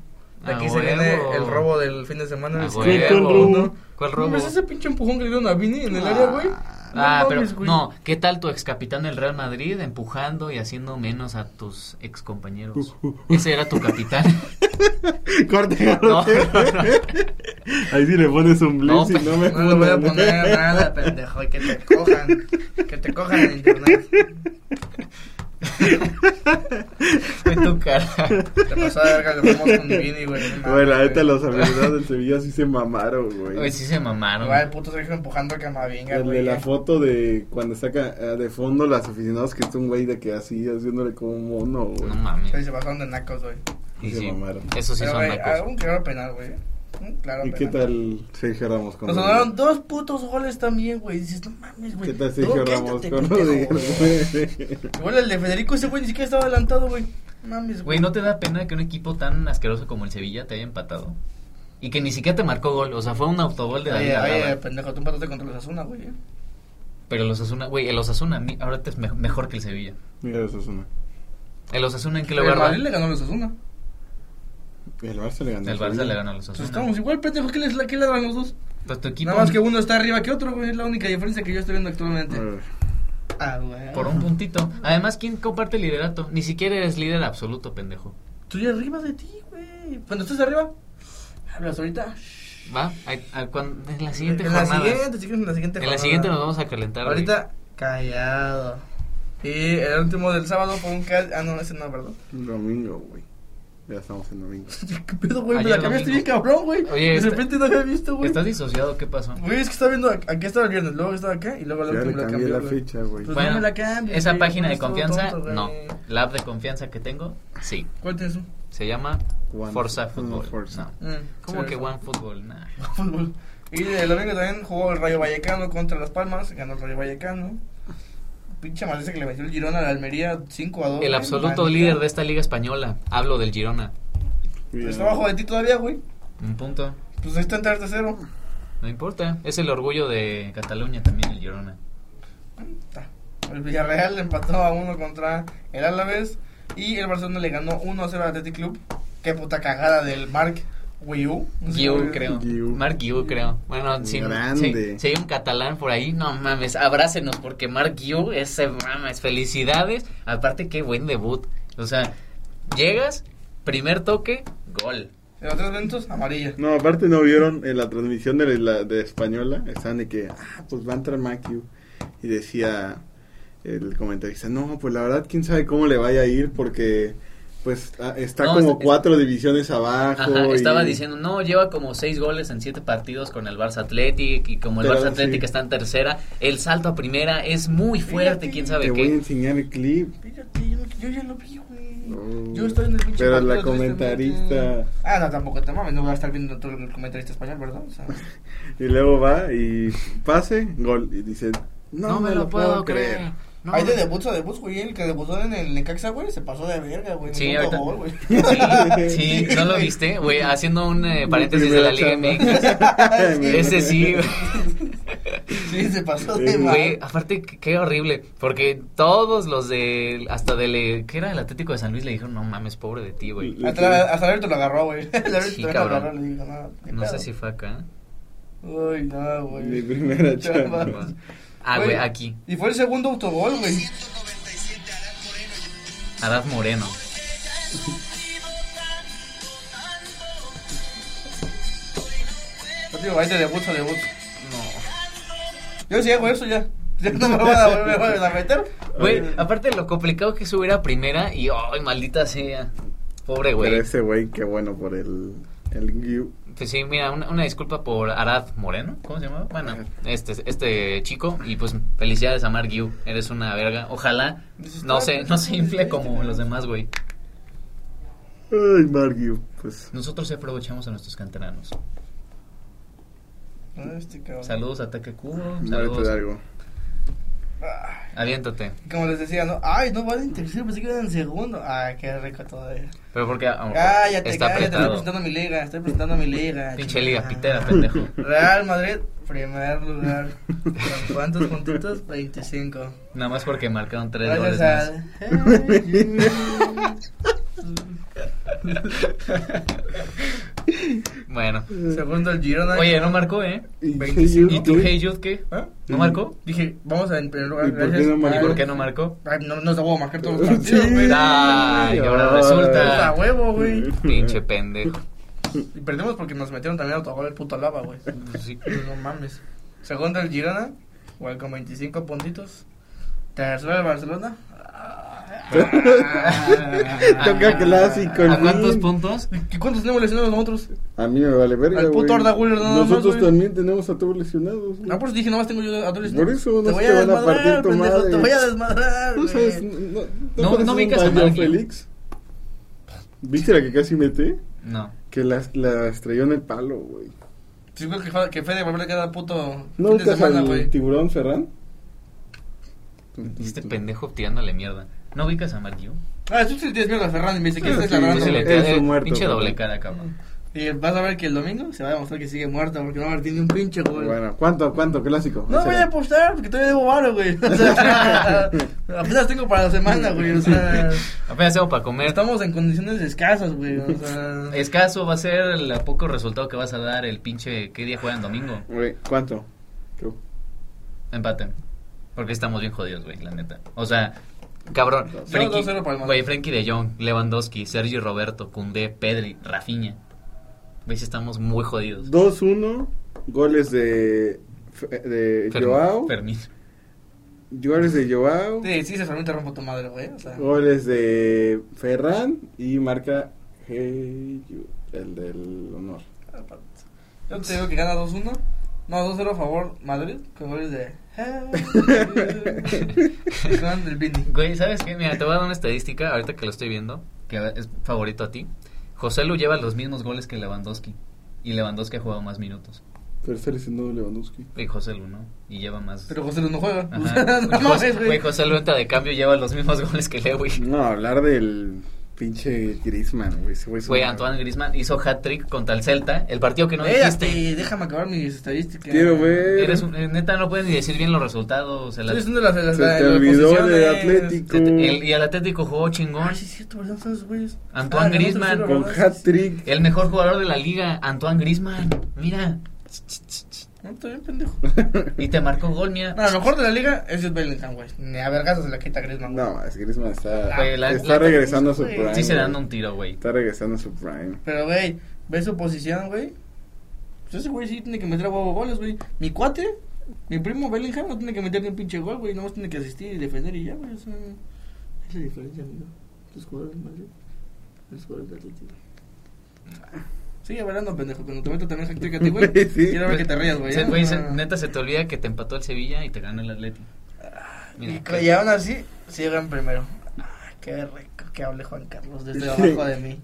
De A aquí se viene huevo. el robo del fin de semana. A el huevo. siguiente uno. ¿Cuál ¿No robo? ves ese pinche empujón que le dieron a Vini en el área, güey? Ah, No pero mames, güey. no, ¿qué tal tu ex capitán del Real Madrid empujando y haciendo menos a tus ex compañeros? Ese era tu capitán. Corte, No, corte. Ahí sí le pones un blip No, si no me No le voy a fundan. poner nada, pendejo, y que te cojan. Que te cojan en internet. Ve tu cara. Te pasó de verga, lo vemos con Vini, güey. no mames, Güey, la neta, güey. los aficionados del Sevilla sí se mamaron, güey. Güey, sí se mamaron. Va el puto Sergio empujando a Camavinga, El güey. de la eh. foto de cuando saca eh, de fondo las aficionados que es un güey de que así haciéndole como un mono, güey. No Sí, mames. se pasaron de nacos, güey. Y se sí, mamaron. Eso sí Pero, son güey, nacos. un claro penal, güey. Un claro ¿Y penal. qué tal Sergio Ramos con Nos sonaron dos putos goles también, güey. Dices, no mames, güey. ¿Qué tal No, Sergio cállate, Ramos con pendejo, Rodríguez, güey. güey? Igual el de Federico, ese güey ni siquiera estaba adelantado, güey. Mames, Güey, ¿no te da pena que un equipo tan asqueroso como el Sevilla te haya empatado? Y que ni siquiera te marcó gol. O sea, fue un autogol de David Oye, Alaba. oye, pendejo, tú empataste contra los Asuna, güey. eh. Pero el Osasuna, güey, el Osasuna mi- ahora te es me- mejor que el Sevilla. Mira, eso es una. ¿El Osasuna en qué Pero lugar el va? Madrid le ganó a los Asuna. El Barça le ganó. El al Barça Sevilla. le ganó a los Entonces Osasuna. Pues estamos igual, pendejo, ¿qué les, qué le dan los dos? Pues tu equipo Nada más que uno está arriba que otro, güey. Es la única diferencia que yo estoy viendo actualmente. Eh, Ah, güey. por un puntito. Además, ¿quién comparte el liderato? Ni siquiera eres líder absoluto, pendejo. Estoy arriba de ti, güey. Cuando estés arriba, hablas ahorita. ¿Va? Ay, ay, cuan- en la siguiente en jornada. la siguiente, chicos, en la siguiente en la jornada. siguiente nos vamos a calentar. güey. Ahorita, callado. Y el último del sábado fue un cal... Ah, no, ese no, ¿verdad? Domingo, güey. Ya estamos en domingo. ¿Qué pedo, güey? Me Ayer la cambiaste bien domingo. cabrón, güey. Oye, De está- repente no había visto, güey. Pues ¿Estás disociado? ¿Qué pasó? este, Güey, es que estaba viendo... ac- Aquí estaba el viernes, luego estaba acá y luego al Ya le último la cambié cambió, la güey. fecha, güey. Pues- no me la cambies, esa güey, página no de eres todo confianza, tonto, güey. no. La app de confianza que tengo, sí. ¿Cuál tienes tú? Se llama One- Forza no, Football. Forza. No. Mm, ¿Cómo sí, que sí. One Football? Nah. Fútbol. Y el domingo también jugó el Rayo Vallecano contra Las Palmas, ganó el Rayo Vallecano. Pinche maldita que le metió el Girona a la Almería 5 a 2. El güey, absoluto maldita. líder de esta liga española. Hablo del Girona. Ya. Está abajo de ti Pues todavía, güey. Un punto. Pues ahí está en tercero. No importa. Es el orgullo de Cataluña también, el Girona. Ta. El Villarreal empató a uno contra el Alavés y el Barcelona le ganó 1 a 0 al Athletic Club. Qué puta cagada del Mark Guiu. No sé Guiu, cómo- creo. Guiu. Marc Guiu, creo. Bueno, si, Grande. si- si hay un catalán por ahí, no mames, abrácenos porque Marc Guiu, ese mames, felicidades. Aparte, qué buen debut. O sea, llegas, primer toque, gol. En los tres minutos, amarilla. No, aparte no vieron en la transmisión de la de española, estaban de que, ah, pues va a entrar Macu. Y decía el comentarista, no, pues la verdad, quién sabe cómo le vaya a ir porque pues ah, está No, como es- es- cuatro divisiones abajo. Ajá, y- estaba diciendo, no, lleva como seis goles en siete partidos con el Barça Athletic y como el Pero, Barça Athletic sí. está en tercera, el salto a primera es muy fuerte, Fíjate, quién Te sabe voy a qué. enseñar el clip. Fíjate, yo, no- yo ya lo vi, güey. No. Yo estoy en el pinche Pero la partido, tristemente. comentarista. Ah, no, tampoco te mames, no voy a estar viendo todo el comentarista español, ¿verdad? O sea, Y luego va y pase, gol. Y dice, no, me, lo, puedo, creer. No. Hay de debuts a debuts, güey. El que debutó en el Necaxa, güey, se pasó de verga, güey. Sí, Ningún ahorita. gol, güey. Sí, ¿no lo viste? Güey, haciendo un eh, Mi paréntesis de la Liga primera MX. chamba. Sí. Ese sí, güey. Sí, se pasó Sí, de Güey, mal. aparte, qué qué horrible. Porque todos los de. Hasta del. eh, ¿Qué era el Atlético de San Luis? Le dijeron, no mames, pobre de ti, güey. Le- Hasta, la, hasta el árbitro lo agarró, güey. El árbitro Sí, lo cabrón. agarró, le dijo, no, qué No sé pedo. si fue acá. Uy, no, güey. Mi primera chamba. Chamba. Ah, güey, Güey, aquí. Y fue el segundo autogol, güey. Arad Moreno. Yo digo, ahí de debuts a debuts. No. Yo sí hago eso ya. Ya no me van a volver a meter. Güey, Oye. aparte lo complicado que subir a primera y. ¡Ay, maldita sea! Pobre, Pero güey. ese güey, qué bueno por el, el Guiu. Pues sí, mira, una, una disculpa por Arad Moreno, ¿cómo se llamaba? Bueno, este, este chico, y pues felicidades a Mark Yu, eres una verga. Ojalá Pues no se, no se infle como los demás, güey. Ay, Mark Guiu, pues. Nosotros sí aprovechamos a nuestros canteranos. Ah, Este cabrón. Saludos a Taque Cubo, muérete de saludos. algo. Ah, Aviéntate. Como les decía, ¿no? Ay, no van en tercero, pensé que iban en segundo. Ay, qué rico todavía. Pero porque a lo mejor Cállate, está cállate, estoy apretado. presentando mi liga, estoy presentando mi liga. Pinche liga Ah. pitera, pendejo. Real Madrid, primer lugar. ¿Con cuántos puntitos? 25. Nada más porque marcaron tres goles Gracias más. a... Bueno. Segundo el Girona. Oye, no marcó, ¿eh? ¿Y 25. ¿Y tu Hey Jude qué? ¿Ah? ¿No marcó? Dije, vamos a en primer lugar. ¿Y por qué gracias. no marcó? ¿Y por qué no marcó? Ay, no, no se va a marcar todos los partidos, Sí. güey. Ay, ahora Puta Ay. resulta. huevo, güey. Pinche pendejo. Y perdimos porque nos metieron también autogol el puto lava, güey. Sí. Pues no mames. Segundo el Girona, igual con 25 puntitos. Tercero el Barcelona. Toca clásico, el Ah, ¿A cuántos fin. puntos? ¿Y cuántos tenemos lesionados nosotros? A mí me vale verga, Al puto güey. Arda Güler nada más, Nosotros güey. también tenemos a todos lesionados. güey. No, pues dije, nomás tengo yo a dos lesionados. Por eso, te no se voy te a van a desmadrar, partir tu pendejo, te madre. voy a desmadrar, No sabes, güey. no, No, pareces no un ubicas a Bayern nadie. Félix. ¿Viste la que casi meté? No. Que la, la estrelló en el palo, güey. Sí, creo que, Fe- que Fede volver a quedar puto ¿No fin de ubicas semana, al güey. tiburón Ferran? Este pendejo tirándole mierda. ¿No ubicas a Mark Yu? Ah, tú sí tienes miedo a Ferran y me dice que Sí, esta es la sí, gran sí, Se le es novedad. cae un el muerto, pinche cabrón. doble cara, cabrón. Y vas a ver que el domingo se va a demostrar que sigue muerto porque no va a haber tenido un pinche gol. Bueno, ¿cuánto, cuánto clásico? No O sea, voy a apostar porque todavía debo varo, güey. O sea, apenas tengo para la semana, güey. O sea, Apenas tengo para comer. estamos en condiciones escasas, güey. O sea, Escaso va a ser el poco resultado que vas a dar el pinche. ¿Qué día juegan domingo? güey, ¿Cuánto? Tú. Empaten. Porque estamos bien jodidos, güey, la neta. O sea, cabrón. Yo Frenkie, 2-0 para el Madrid. güey, Frenkie de Jong, Lewandowski, Sergio Roberto, Cundé, Pedri, Rafinha. Güey, sí estamos muy jodidos. 2-1, goles de, de Fermín- Joao, Fermín. goles de Joao, sí, sí, se te rompo tu madre, güey. O sea, goles de Ferran y marca Heyu, el del honor. yo te digo que gana 2-1. No, 2-0 a favor Madrid con goles de. Con el Vini. Güey, ¿sabes qué? Mira, te voy a dar una estadística ahorita que lo estoy viendo, que es favorito a ti. José Lu lleva los mismos goles que Lewandowski. Y Lewandowski ha jugado más minutos. Pero está lesionado Lewandowski. Y José Lu, ¿no? Y lleva más. Pero José Luis no juega. O sea, Ajá. no mames, Güey, güey. José Lu entra de cambio y lleva los mismos goles que Lewis. No, hablar del pinche Griezmann, güey. ese es Güey, un- Antoine Griezmann hizo hat-trick contra el Celta, el partido que no Espérate, dijiste. déjame acabar mis estadísticas. Quiero ver. Eres un- eh, neta, no puedes ni decir bien los resultados. El, Estoy diciendo las, las, Se las- te las olvidó el posiciones. Atlético. el- y el Atlético jugó chingón. Ay, Ah, sí, es cierto, ¿verdad? Son esos güeyes. Ah, Antoine ganó Griezmann. 3-0, Con ¿verdad? hat-trick. El mejor jugador de la liga, Antoine Griezmann. Mira. No, está bien, pendejo. Y te marcó gol, mira. No, lo mejor de la liga es Jude Bellingham, güey. Ni a vergas se la quita Griezmann. güey. No, es Griezmann está, Güey, la- está la- regresando a su güey. prime. Sí se güey. dan un tiro, güey. Está regresando a su prime. Pero, güey, ve su posición, güey. Pues ese güey sí tiene que meter a huevo goles, güey. Mi cuate, mi primo Bellingham no tiene que meter ni un pinche gol, güey. Nomás tiene que asistir y defender y ya, güey. O sea, es la diferencia, amigo. Los jugadores de Madrid, los jugadores de Atlético. Sigue bailando, pendejo. Cuando te meto también hack a ti, güey. Sí. Quiero ver que te rías, güey. Se- ¿eh? güey, O se- sea, neta, se te olvida que te empató el Sevilla y te ganó el Atlético. Y, Mira, co- y aún así, sigan primero. Ah, qué rico que hable Juan Carlos desde abajo de mí.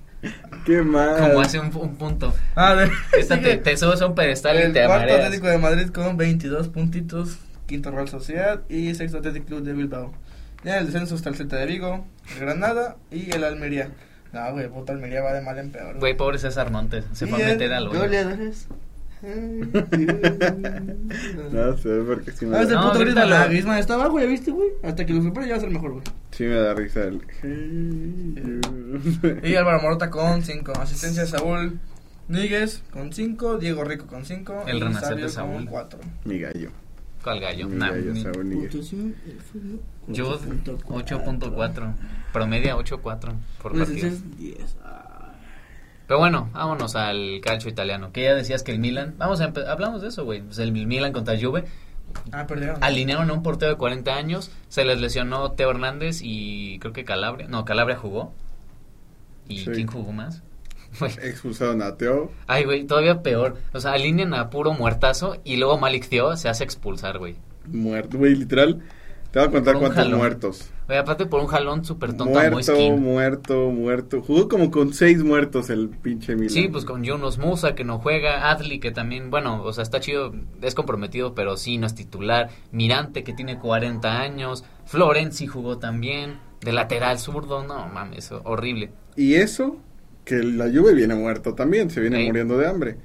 Qué mal. como hace un, un punto. A ver, Esta te, te subes a un pedestal y el te cuarto amareas. Atlético de Madrid con 22 puntitos, quinto Real Sociedad y sexto Atlético Club de Bilbao. Ya en el descenso está el Celta de Vigo, el Granada y el Almería. No, güey, puta Almería va de mal en peor. Güey, pobre César Montes. Se va a meter al hoyo. Goleadores. no sé, porque sí me, Ah, es el No, da, puto grito de grítalo. la Griezmann está abajo, ya viste, güey. Hasta que lo supere ya va a ser mejor, güey. sí me da risa el. Hey, Y Álvaro Morata con 5. Asistencia Saúl Níguez con 5. Diego Rico con 5. El renacer de Saúl. Con 4. Mi gallo. ¿Cuál gallo? mi Nah, gallo, ni- Saúl Níguez. yo 8.4. Promedia 8.4 por partido. Pues, Entonces, 10. Pero bueno, vámonos al calcio italiano. Que ya decías que el Milan. Vamos a empe- hablamos de eso, güey. Pues el Milan contra Juve. Ah, perdieron. Alinearon a un portero de 40 años. Se les lesionó Teo Hernández y creo que Calabria. No, Calabria jugó. ¿Y Sí. quién jugó más? Güey. Expulsaron a Teo. Ay, güey, todavía peor. O sea, alinean a puro muertazo y luego Malik Theo se hace expulsar, güey. Muerto. Güey, literal. Te voy a contar Un cuántos jalón. muertos. Oye, aparte por un jalón súper tonto a Muerto, Moiskin. muerto, muerto. Jugó como con seis muertos el pinche Milan. Sí, pues con Jonas Musa que no juega, Adli que también, bueno, o sea, está chido, es comprometido, pero sí, no es titular. Mirante que tiene 40 años, Florenzi jugó también, de lateral zurdo, no mames, horrible. Y eso, que la Juve viene muerto también, se viene Ey. muriendo de hambre.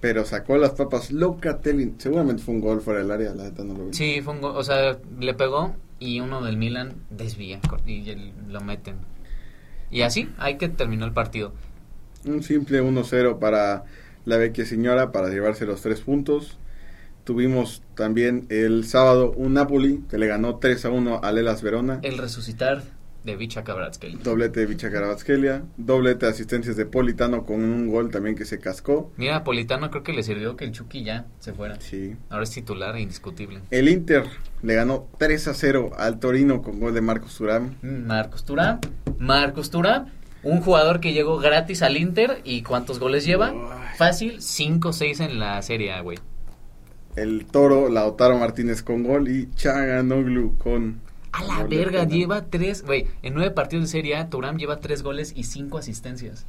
Pero sacó las papas Locatelli. Seguramente fue un gol fuera del área, la neta no lo vi. Sí, fue un go- o sea, le pegó y uno del Milan desvía co- y el- lo meten. Y así, ahí que terminó el partido. Un simple 1-0 para la Vecchia Señora para llevarse los tres puntos. Tuvimos también el sábado un Napoli que le ganó 3 a 1 al Elas Verona. El resucitar de Vicha Cabratskel. Doblete de Vichacarabatskelia, doblete de asistencias de Politano con un gol también que se cascó. Mira, a Politano creo que le sirvió que el Chucky ya se fuera. Sí. Ahora es titular e indiscutible. El Inter le ganó 3 a 0 al Torino con gol de Marcos Thuram. Marcos Turán. Marcos Turán. Un jugador que llegó gratis al Inter y ¿cuántos goles lleva? Ay. Fácil, 5 o 6 en la serie, A, güey. El Toro, Lautaro Martínez con gol y Chaganoglu con... A la gol de verga, penal. lleva 3, güey. En 9 partidos de serie A, Turam lleva 3 goles y 5 asistencias.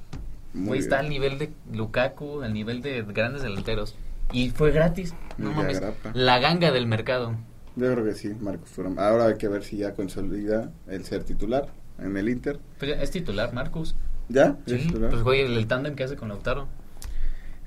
Muy Güey, bien. está al nivel de Lukaku, al nivel de grandes delanteros. Y fue gratis. No Muy mames. agrapa. La ganga del mercado. Yo creo que sí, Marcos Thuram. Ahora hay que ver si ya consolida el ser titular en el Inter. Pues ya, es titular, Marcus. ¿Ya? ¿Ya Sí, es titular? pues güey, el, el tándem que hace con Lautaro.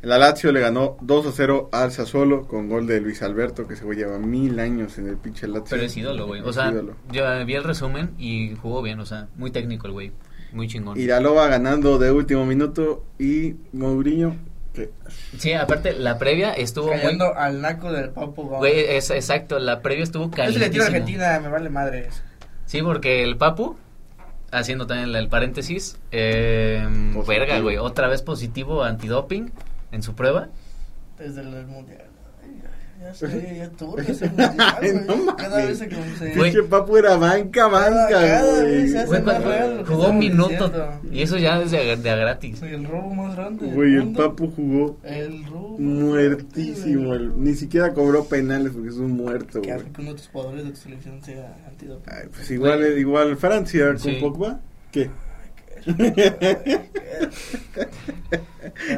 La Lazio le ganó 2 a 0 al Sassuolo con gol de Luis Alberto, que se lleva mil años en el pinche Lazio. Pero es ídolo, güey. O Es sea, ídolo. yo vi el resumen y jugó bien, o sea, muy técnico el güey. Muy chingón. Iraloba ganando de último minuto y Mourinho. que- Sí, aparte, la previa estuvo muy... Cayendo al naco del Papo Gómez. Güey, es, exacto, la previa estuvo Yo si le tiro a calientísimo. Argentina, me vale madre. Sí, porque el Papu, haciendo también el paréntesis, eh, Positivo. verga, güey, otra vez positivo antidoping en su prueba. Desde el mundial. Ay, Ya sé, ya tuvo que ser mundial, Ay, güey. no mames. Cada vez se conce- Güey. Pinche papu era banca, banca, cada güey. vez se hace Güey, más cuando real lo que jugó un estamos minuto diciendo. y eso ya desde a- de a gratis. Soy el robo más grande. del Güey, el mundo. papu jugó El robo. más muertísimo. grande del el- mundo. Ni siquiera cobró penales porque es un muerto, Que güey. hace que uno de tus jugadores de tu selección sea antidoping. Ay, Pues igual, igual Francia con Sí. Pogba. ¿Qué? Cada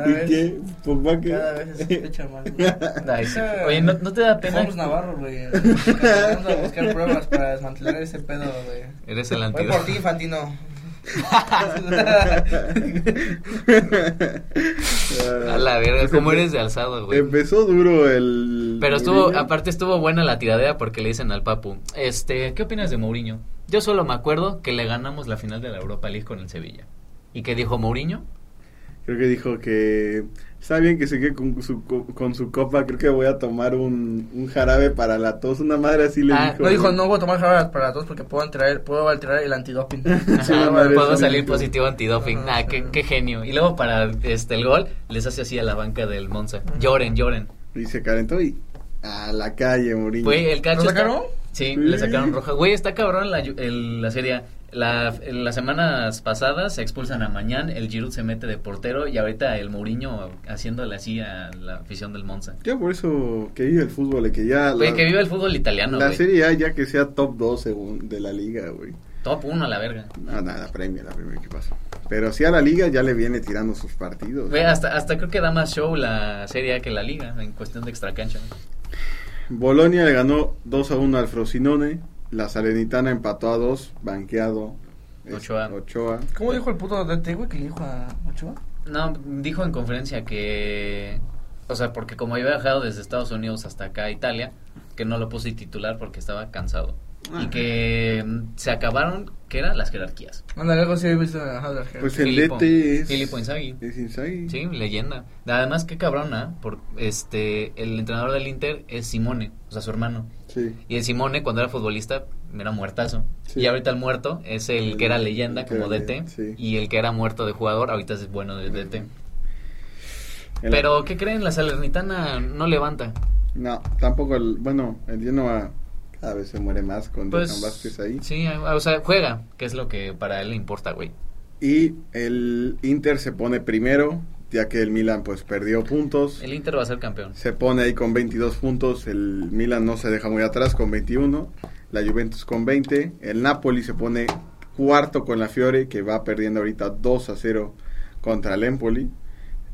¿Y vez- qué? ¿Pogba qué? Cada vez se sospecha más. güey. Ay, sí. Esa- Oye, ¿no, no te da pena? Forbes Navarro, güey. Empezando a buscar pruebas para desmantelar ese pedo, güey. Eres el Voy antidoping. por ti, Fantino. A la verga, ¿cómo eres de alzado, güey? Pues Empezó duro el. Pero estuvo, Em, Mourinho. aparte estuvo buena la tiradera porque le dicen al Papu, este, ¿qué opinas de Mourinho? Yo solo me acuerdo que le ganamos la final de la Europa League con el Sevilla. ¿Y qué dijo Mourinho? Creo que dijo que. Está bien que se quede con su, co- con su copa. Creo que voy a tomar un, un jarabe para la tos. Una madre así le Ah, dijo. No dijo, güey. no voy a tomar jarabas para todos porque puedo alterar, puedo alterar el antidoping. Sí, Ajá, la madre Ah, puedo esa salir dijo. positivo antidoping. Ajá, Ah, sí. qué, qué genio. Y luego para este el gol les hace así a la banca del Monza. Lloren, lloren. Y se calentó y. A la calle, Mourinho. Güey, el cacho ¿Lo está- sacaron? Sí, Sí. le sacaron roja. Güey, está cabrón la, el- la serie. A. La, en las semanas pasadas se expulsan a Mañán, el Giroud se mete de portero y ahorita el Mourinho haciéndole así a la afición del Monza. Yo por eso que vive el fútbol. y Que ya. Güey, la, que viva el fútbol italiano, la güey. serie A ya que sea top 2 según- de la liga, güey. Top 1 a la verga. No, nada, la premia, la premia que pasa. Pero sí a la liga ya le viene tirando sus partidos. Güey, hasta, hasta creo que da más show la serie A que la liga en cuestión de extracancha. Bolonia le ganó 2 a 1 al Frosinone. La Salernitana empató a 2, banqueado. es- Ochoa. Ochoa. ¿Cómo dijo el puto DT, güey, que le dijo a Ochoa? No, dijo en conferencia que. O sea, porque como había viajado desde Estados Unidos hasta acá a Italia, que no lo puse titular porque estaba cansado. Y Ah. que mm, se acabaron, que eran las jerarquías. Ándale, algo así he visto a Hadler. Pues el Filippo. DT es. Filippo Inzaghi. Es Inzaghi. Sí, leyenda. Además, qué cabrona, por este, el entrenador del Inter es Simone, o sea, su hermano. Sí. Y el Simone, cuando era futbolista, era muertazo. Sí. Y ahorita el muerto es el, El- que era leyenda el que como era DT. leyenda, sí. Y el que era muerto de jugador, ahorita es bueno de DT. El- Pero, ¿qué creen? La Salernitana no levanta. No, tampoco el. Bueno, el Genoa cada vez se muere más con Jonathan Vázquez ahí. Pues, Sí, o sea, juega, que es lo que para él le importa, güey. Y el Inter se pone primero, ya que el Milan pues perdió puntos. El Inter va a ser campeón. Se pone ahí con 22 puntos, el Milan no se deja muy atrás con 21, la Juventus con 20, el Napoli se pone cuarto con la Fiore que va perdiendo ahorita 2 a 0 contra el Empoli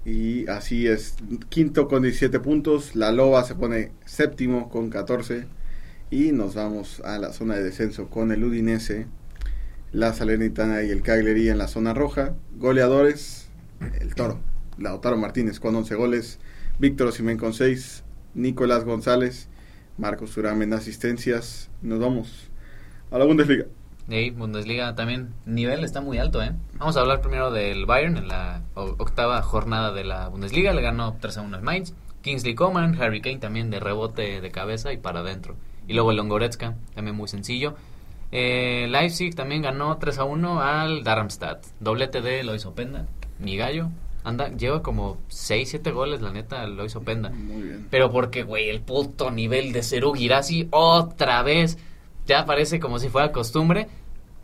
y así es, quinto con 17 puntos, la Loba se pone séptimo con 14 y nos vamos a la zona de descenso con el Udinese, la Salernitana y el Cagliari en la zona roja, goleadores, el Toro, Lautaro Martínez con 11 goles, Víctor Osimén con 6, Nicolás González, Marcos Turam en asistencias. Nos vamos a la Bundesliga. Sí, Bundesliga también. Nivel está muy alto, ¿eh? Vamos a hablar primero del Bayern en la o- octava jornada de la Bundesliga. Le ganó 3 a 1 al Mainz. Kingsley Coman, Harry Kane también de rebote de cabeza y para adentro. Y luego el Longoretzka, también muy sencillo. Eh, Leipzig también ganó 3 a 1 al Darmstadt. Doblete de Lois Openda, mi gallo. Anda, lleva como 6, 7 goles, la neta, Lois Openda. Muy bien. Pero porque, güey, el puto nivel de Serú Girassi otra vez. Ya parece como si fuera costumbre.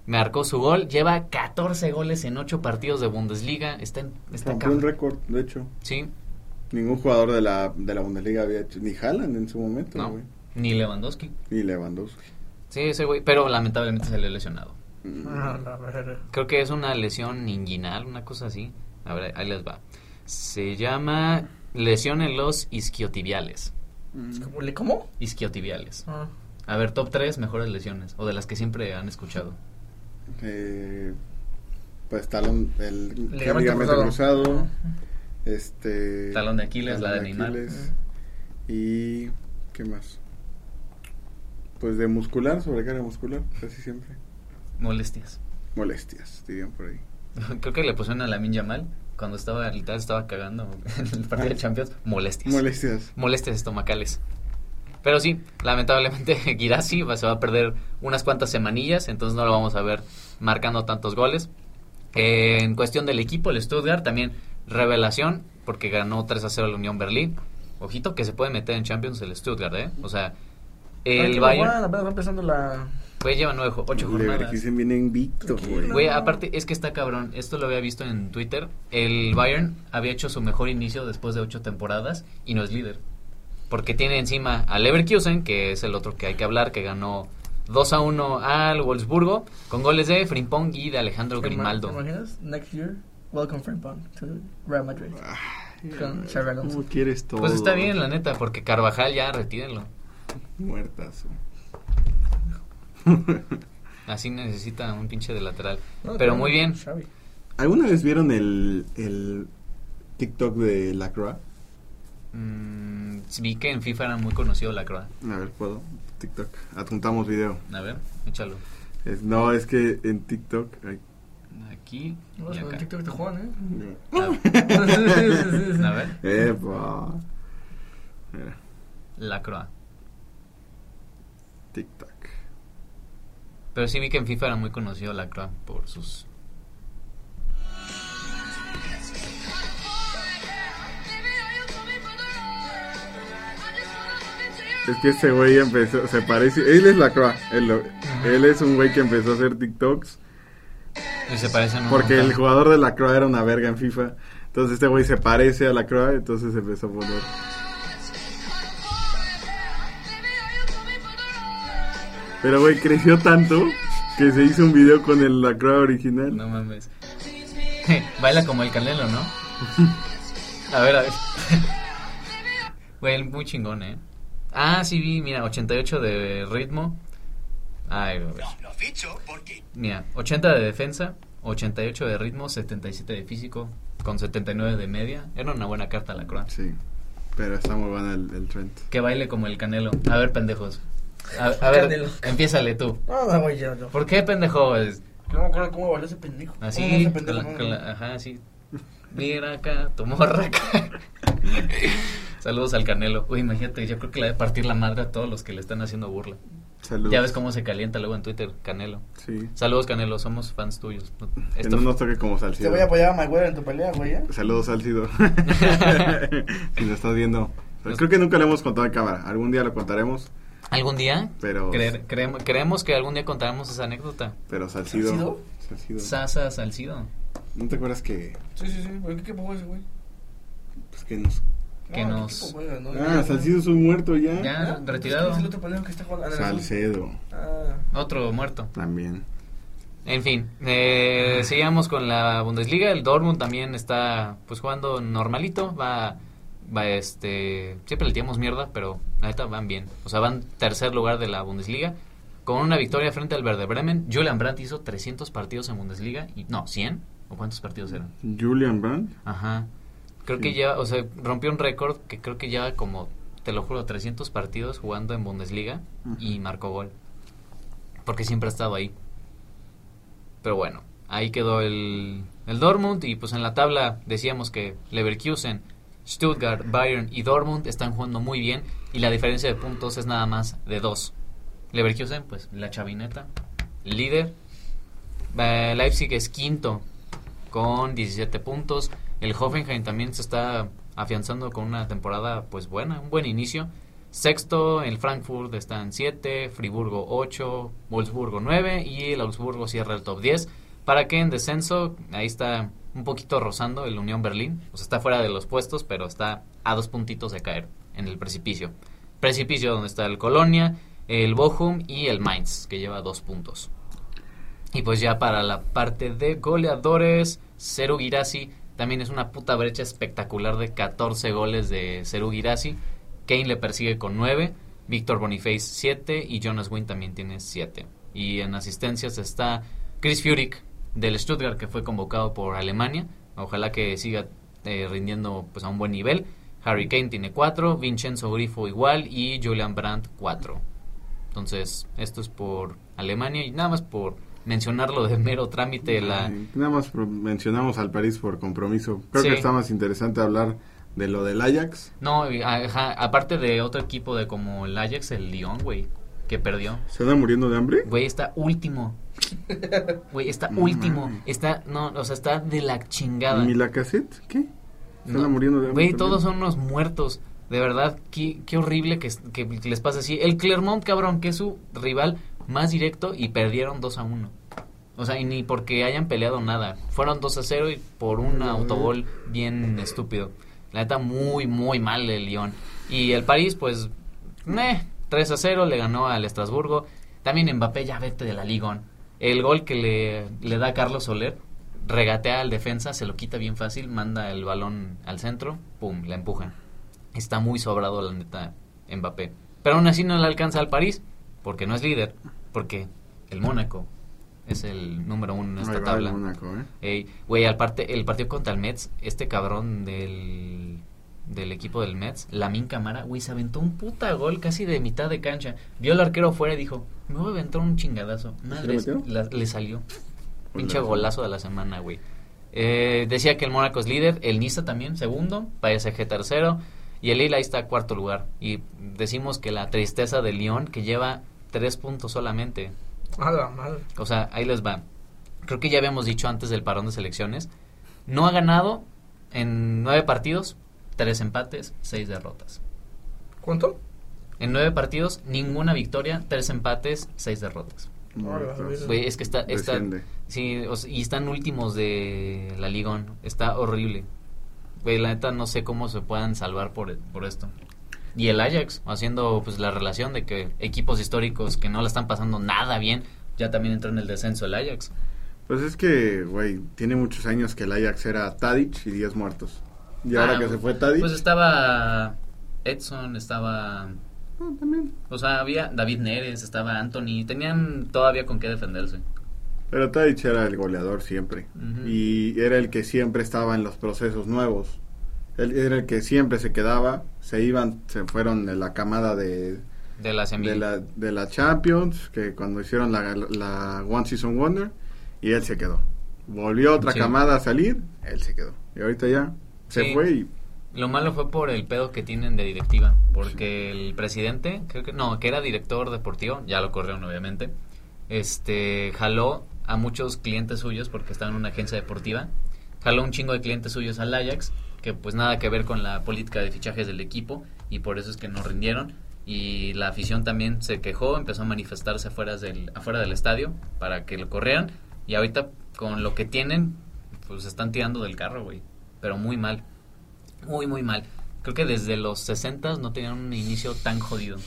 Marcó su gol. Lleva 14 goles en 8 partidos de Bundesliga. Está en. Está Rompió un cabrón. récord, de hecho. Sí, Ningún jugador de la, de la Bundesliga había hecho, ni Haaland en su momento, no. güey. Ni Lewandowski. Ni Lewandowski. Sí, ese güey. Pero lamentablemente salió lesionado. Mm. Ah, la verga. Creo que es una lesión inguinal, una cosa así. A ver, ahí les va. Se llama lesión en los isquiotibiales. Mm. ¿Cómo? le- ¿Cómo? Isquiotibiales. Ah, A ver, top 3 mejores lesiones. O de las que siempre han escuchado. Eh, pues talón, el Ligamento ligamento, cruzado. cruzado. Este. Talón de Aquiles, la de Neymar. Ah, Aquiles, Y. ¿Qué más? Pues de muscular, sobrecarga muscular, casi siempre. Molestias. Molestias, dirían por ahí. Creo que le pusieron a Lamin Yamal cuando estaba, literal, estaba cagando en el partido de Champions. Molestias. Molestias. Molestias estomacales. Pero sí, lamentablemente Girassi va- se va a perder unas cuantas semanillas, entonces no lo vamos a ver marcando tantos goles. Eh, en cuestión del equipo, el Stuttgart también revelación porque ganó 3 a 0 la Unión Berlín. Ojito que se puede meter en Champions el Stuttgart, ¿eh? O sea, el tranquilo, Juan, Bayern apenas va empezando la. pues, lleva 9, 8 jornadas. Leverkusen viene invicto, güey. Tranquilo. Güey, aparte es que está cabrón. Esto lo había visto en Twitter. El Bayern había hecho su mejor inicio después de ocho temporadas y no es líder. Porque tiene encima al Leverkusen, que es el otro que hay que hablar, que ganó 2 a 1 al Wolfsburgo, con goles de Frimpong y de Alejandro ¿Te Grimaldo. imaginas? Next year, welcome Frimpong to Real Madrid. Con Xabi Alonso. ¿Cómo quieres todo? Pues está bien, la neta, porque Carvajal ya retírenlo. Muertazo. Así necesita un pinche de lateral. No, Pero con muy bien. Xavi. ¿Alguna vez vieron el, el TikTok de Lacroix? Mm, vi que en FIFA era muy conocido la croa. A ver, puedo. TikTok. Adjuntamos video. A ver, échalo. Es- no, es que en TikTok. ay, Aquí Vamos y con el acá. TikTok de Juan, ¿eh? A ver. A ver. Epa. Mira, La Croa. TikTok. Pero sí vi que en FIFA era muy conocido la Croa por sus. Es que ese güey empezó, se parece, él es Lacroix, él, lo- él es un güey que empezó a hacer TikToks Y se parecen un porque montón. el jugador de Lacroix era una verga en FIFA. Entonces este güey se parece a Lacroix, entonces empezó a poner. Pero güey creció tanto que se hizo un video con el Lacroix original. No mames. Baila como el Canelo, ¿no? A ver, a ver. Güey, muy chingón, ¿eh? Ah, sí vi, mira, 88 de ritmo. Ay, güey. Mira, 80 de defensa, 88 de ritmo, 77 de físico, con 79 de media. Era una buena carta la Croa. Sí, pero está muy bueno el, el Trent. Que baile como el Canelo. A ver, pendejos. A, a ver, Canelo. empiézale tú. No, no, güey, ya, no. ¿Por qué pendejo? Es No me acuerdo cómo bailó ese pendejo. Así, No, no, ese Ah, con pendejo, la- no, con no. la- ah, ajá, así. Mira acá, tu morra acá. Saludos al Canelo. Uy, imagínate, yo creo que le va a partir la madre a todos los que le están haciendo burla. Saludos. Ya ves cómo se calienta luego en Twitter, Canelo. Sí. Saludos, Canelo, somos fans tuyos. No- Que Esto no nos toque como Te Salcido. voy a apoyar a Maguire en tu pelea, güey, ¿eh? Saludos, Salcido. si lo estás viendo. Pero Nos- creo que nunca lo hemos contado en cámara. Algún día lo contaremos, ¿Algún día? pero, creer- creem- creemos que algún día contaremos esa anécdota. pero Salcido. ¿Salcido? Salcido. Sasa Salcido. ¿No te acuerdas que, Sí, sí, sí. ¿Pero qué equipo juega ese güey? pues, que nos... Que No, ¿qué nos- equipo juega? No, Ah, no, Salcido es un muerto ya. Ya, ¿Ah? retirado. Es el otro pendejo que está jugando. Anderson. Salcedo Ah, Otro muerto. también. En fin, eh, sigamos con la Bundesliga. El Dortmund también está pues jugando normalito. Va, va este, siempre le tiramos mierda, pero la neta van bien. O sea, van tercer lugar de la Bundesliga con una victoria frente al Verde Bremen. Julian Brandt hizo 300 partidos en Bundesliga y no, 100 o cuántos partidos eran. Julian Brandt. Ajá. Creo que Sí. ya, o sea, rompió un récord que creo que lleva como, te lo juro, 300 partidos jugando en Bundesliga y marcó gol. Porque siempre ha estado ahí. Pero bueno, ahí quedó el, el Dortmund y pues en la tabla decíamos que Leverkusen, Stuttgart, Bayern y Dortmund están jugando muy bien y la diferencia de puntos es nada más de dos. Leverkusen, pues la chavineta, líder. Eh, Leipzig es quinto con 17 puntos. El Hoffenheim también se está afianzando con una temporada pues buena, un buen inicio. Sexto, el Frankfurt está en 7, Friburgo 8, Wolfsburgo 9 y el Augsburgo cierra el top 10. Para que en descenso, ahí está un poquito rozando el Unión Berlín. O sea, está fuera de los puestos, pero está a dos puntitos de caer en el precipicio. Precipicio donde está el Colonia, el Bochum y el Mainz, que lleva dos puntos. Y pues ya para la parte de goleadores, Cero Girassi también es una puta brecha espectacular de 14 goles de Cero Girassi. Kane le persigue con 9, Víctor Boniface 7 y Jonas Wynn también tiene 7. Y en asistencias está Chris Furyk del Stuttgart que fue convocado por Alemania. Ojalá que siga eh, rindiendo pues a un buen nivel. Harry Kane tiene 4, Vincenzo Grifo igual y Julian Brandt 4. Entonces, esto es por Alemania y nada más por mencionarlo de mero trámite la Sí, Nada más pro- mencionamos al París por compromiso. Creo Sí. que está más interesante hablar de lo del Ajax. No, y, ajá, aparte de otro equipo de como el Ajax, el Lyon, güey, que perdió. ¿Se anda muriendo de hambre? Güey, está último. Güey, está No último. mames. Está, no, o sea, está de la chingada. ¿Ni la cassette? ¿Qué? Se No. anda muriendo de hambre. Güey, todos son también. unos muertos. De verdad, qué, qué horrible que, que les pase así. El Clermont, cabrón, que es su rival más directo y perdieron 2 a 1. O sea, y ni porque hayan peleado nada. Fueron 2 a 0 y por un autogol bien estúpido. La neta, muy, muy mal el Lyon. Y el París, pues, meh, 3 a 0, le ganó al Estrasburgo. También Mbappé, ya vete de la Ligón. El gol que le, le da Carlos Soler, regatea al defensa, se lo quita bien fácil, manda el balón al centro, pum, la empujan. Está muy sobrado, la neta, Mbappé. Pero aún así no le alcanza al París, porque no es líder, porque el Mónaco es el número uno en Ahí esta va tabla. el Mónaco, ¿eh? Ey, güey, al parte, el partido contra el Mets, este cabrón del, del equipo del Mets, Lamin Camara, güey, se aventó un puta gol casi de mitad de cancha. Vio al arquero afuera y dijo, me voy a aventar un chingadazo. Madre, metió? le salió. Pues Pinche la- golazo de la semana, güey. Eh, decía que el Mónaco es líder, el Niza también, segundo, PSG tercero, y el Lille ahí está cuarto lugar. Y decimos que la tristeza de Lyon, que lleva tres puntos solamente, A la madre. o sea, ahí les va. Creo que ya habíamos dicho antes del parón de selecciones. No ha ganado en nueve partidos, tres empates, seis derrotas. ¿Cuánto? En nueve partidos, ninguna victoria, tres empates, seis derrotas. Muertos. Ahora, Güey, es que está... está Desciende. sí, o sea, y están últimos de la Ligón. Está horrible. Güey, la neta no sé cómo se puedan salvar por, e, por esto. Y el Ajax, haciendo pues la relación de que equipos históricos que no la están pasando nada bien, ya también entró en el descenso el Ajax. Pues es que, güey, tiene muchos años que el Ajax era Tadic y 10 muertos. Y Ah, ahora que se fue Tadic, Pues estaba Edson, estaba. no, también. O sea, había David Neres, estaba Anthony. Tenían todavía con qué defenderse. Pero Tadic era el goleador siempre. Ujú. Y era el que siempre estaba en los procesos nuevos. Él era el que siempre se quedaba. Se iban, se fueron de la camada de, De la semilla. de, la, de la Champions, que cuando hicieron la, la One Season Wonder, y él se quedó. Volvió otra Sí. camada a salir, él se quedó. Y ahorita ya se Sí. fue y Lo malo fue por el pedo que tienen de directiva. Porque el presidente, creo que. No, que era director deportivo, ya lo corrieron obviamente. Este. Jaló a muchos clientes suyos porque estaban en una agencia deportiva. Jaló un chingo de clientes suyos al Ajax. Que pues nada que ver con la política de fichajes del equipo. Y por eso es que no rindieron. Y la afición también se quejó, empezó a manifestarse afuera del, afuera del estadio para que lo corrieran. Y ahorita con lo que tienen, pues están tirando del carro, güey. Pero muy mal. Muy, muy mal. Creo que desde los 60 no tenían un inicio tan jodido.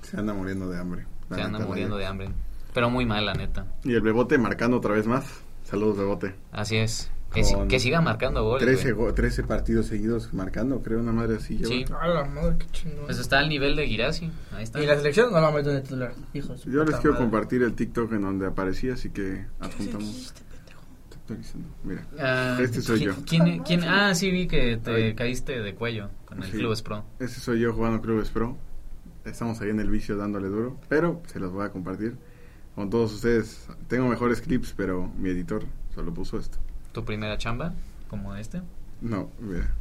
se anda muriendo de hambre. Se La neta, andan la muriendo de neta. hambre. Pero muy mal, la neta. Y el Bebote marcando otra vez más. Saludos, Bebote. Así es. Que, si- Con que siga marcando goles. 13, güey. go- 13 partidos seguidos marcando, creo, una madre así. lleva. Sí. A la madre, qué chingón. Pues está al nivel de Girassi. Ahí está. Y la selección no la meto en el titular. Hijo de su Yo les puta quiero madre. compartir el TikTok en donde aparecí, así que adjuntamos. Te actualizando, Mira, Ah, este soy ¿qui- yo. ¿quién, quién- Ah, sí, vi que te Ay. caíste de cuello con el Sí. Clubes Pro. Ese soy yo jugando Clubes Pro. Estamos ahí en el vicio dándole duro, pero se los voy a compartir. con todos ustedes. Tengo mejores clips, pero mi editor solo puso esto. ¿Tu primera chamba? ¿Como este? No, mira.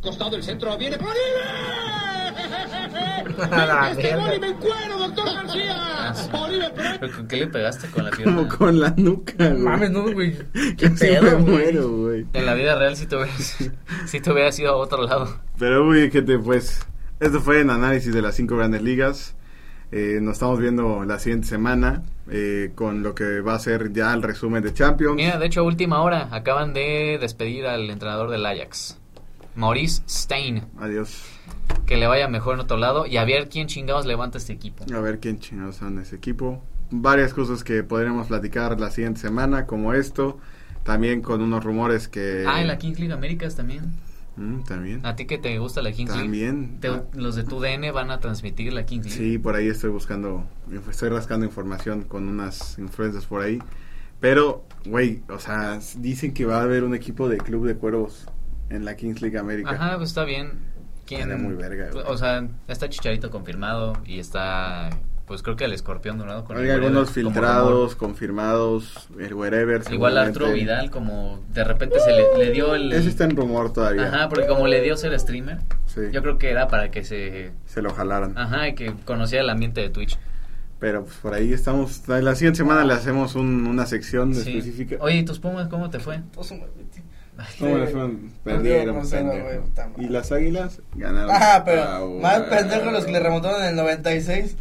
Costado el centro, viene Oribe. La Mete este mierda. Oribe en cuero, doctor García. Oribe, pero Ah, ¿Pero ¿Con qué le pegaste con la pierna? Como con la nuca, güey. Mames, no, güey. Casi pedo, me güey. muero, güey. En la vida real si te hubieras, si te hubieras ido a otro lado. Pero, güey, que te pues. Esto fue en análisis de las cinco grandes ligas. Eh, nos estamos viendo la siguiente semana eh, con lo que va a ser ya el resumen de Champions. Mira, de hecho, a última hora acaban de despedir al entrenador del Ajax, Maurice Stein. Adiós. Que le vaya mejor en otro lado y a ver quién chingados levanta este equipo. A ver quién chingados son ese equipo. Varias cosas que podremos platicar la siguiente semana, como esto. También con unos rumores que. Ah, en la Kings League Américas también. Mm, también. A ti que te gusta la Kings También. League. Ah. te- los de tu DN van a transmitir la Kings League. Sí, por ahí estoy buscando, estoy rascando información con unas influencias por ahí. Pero, güey, o sea, s- dicen que va a haber un equipo de club de cueros en la Kings League América. Ajá, pues está bien. ¿Quién? Pues, Estaría muy verga, güey. O sea, está Chicharito confirmado y está, pues creo que el Escorpión Dorado con el Hay algunos Wherever como filtrados, confirmados, el wherever. rumor. Igual Arturo seguramente. Vidal como de repente se le, le dio el... Ese está en rumor todavía. Ajá, porque como le dio ser streamer, Sí. yo creo Ah. que era para que se... Se lo jalaron. Ajá, y que conociera el ambiente de Twitch. Pero pues por ahí estamos. La siguiente semana le hacemos un- una sección Sí. específica. Oye, ¿y tus Pumas cómo te fue? Pues, güey. ¿Cómo le fueron? Perdió, Perdieron, no sé, no, pendejo. güey, puta madre. Y las águilas ganaron. Ajá, pero Ah, más güey. pendejos los que le remontaron en el 96.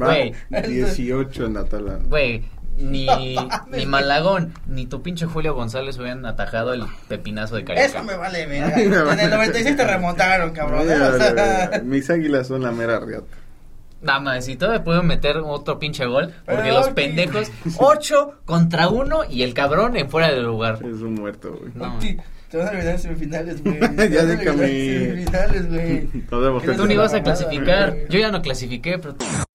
Va Güey. 18 en la tabla. Güey, ni, mames. ni Malagón, ni tu pinche Julio González hubieran atajado el pepinazo de Carioca. Eso me vale, Me verga. En vale. el 96 te remontaron, cabrón. ¿eh? Mira, O sea, mira, Mis águilas son la mera riata. Nada más, si todavía pueden meter otro pinche gol, porque Pero los oye. pendejos, ocho contra uno y el cabrón en fuera del lugar. Es un muerto, güey. No. Sí, Te vas a olvidar de semifinales, güey. Ya Te vas a olvidar de déjame. Semifinales, güey. Nos vemos. Tú Tú ni vas a mamada, clasificar. güey. Yo ya no clasifiqué, pero...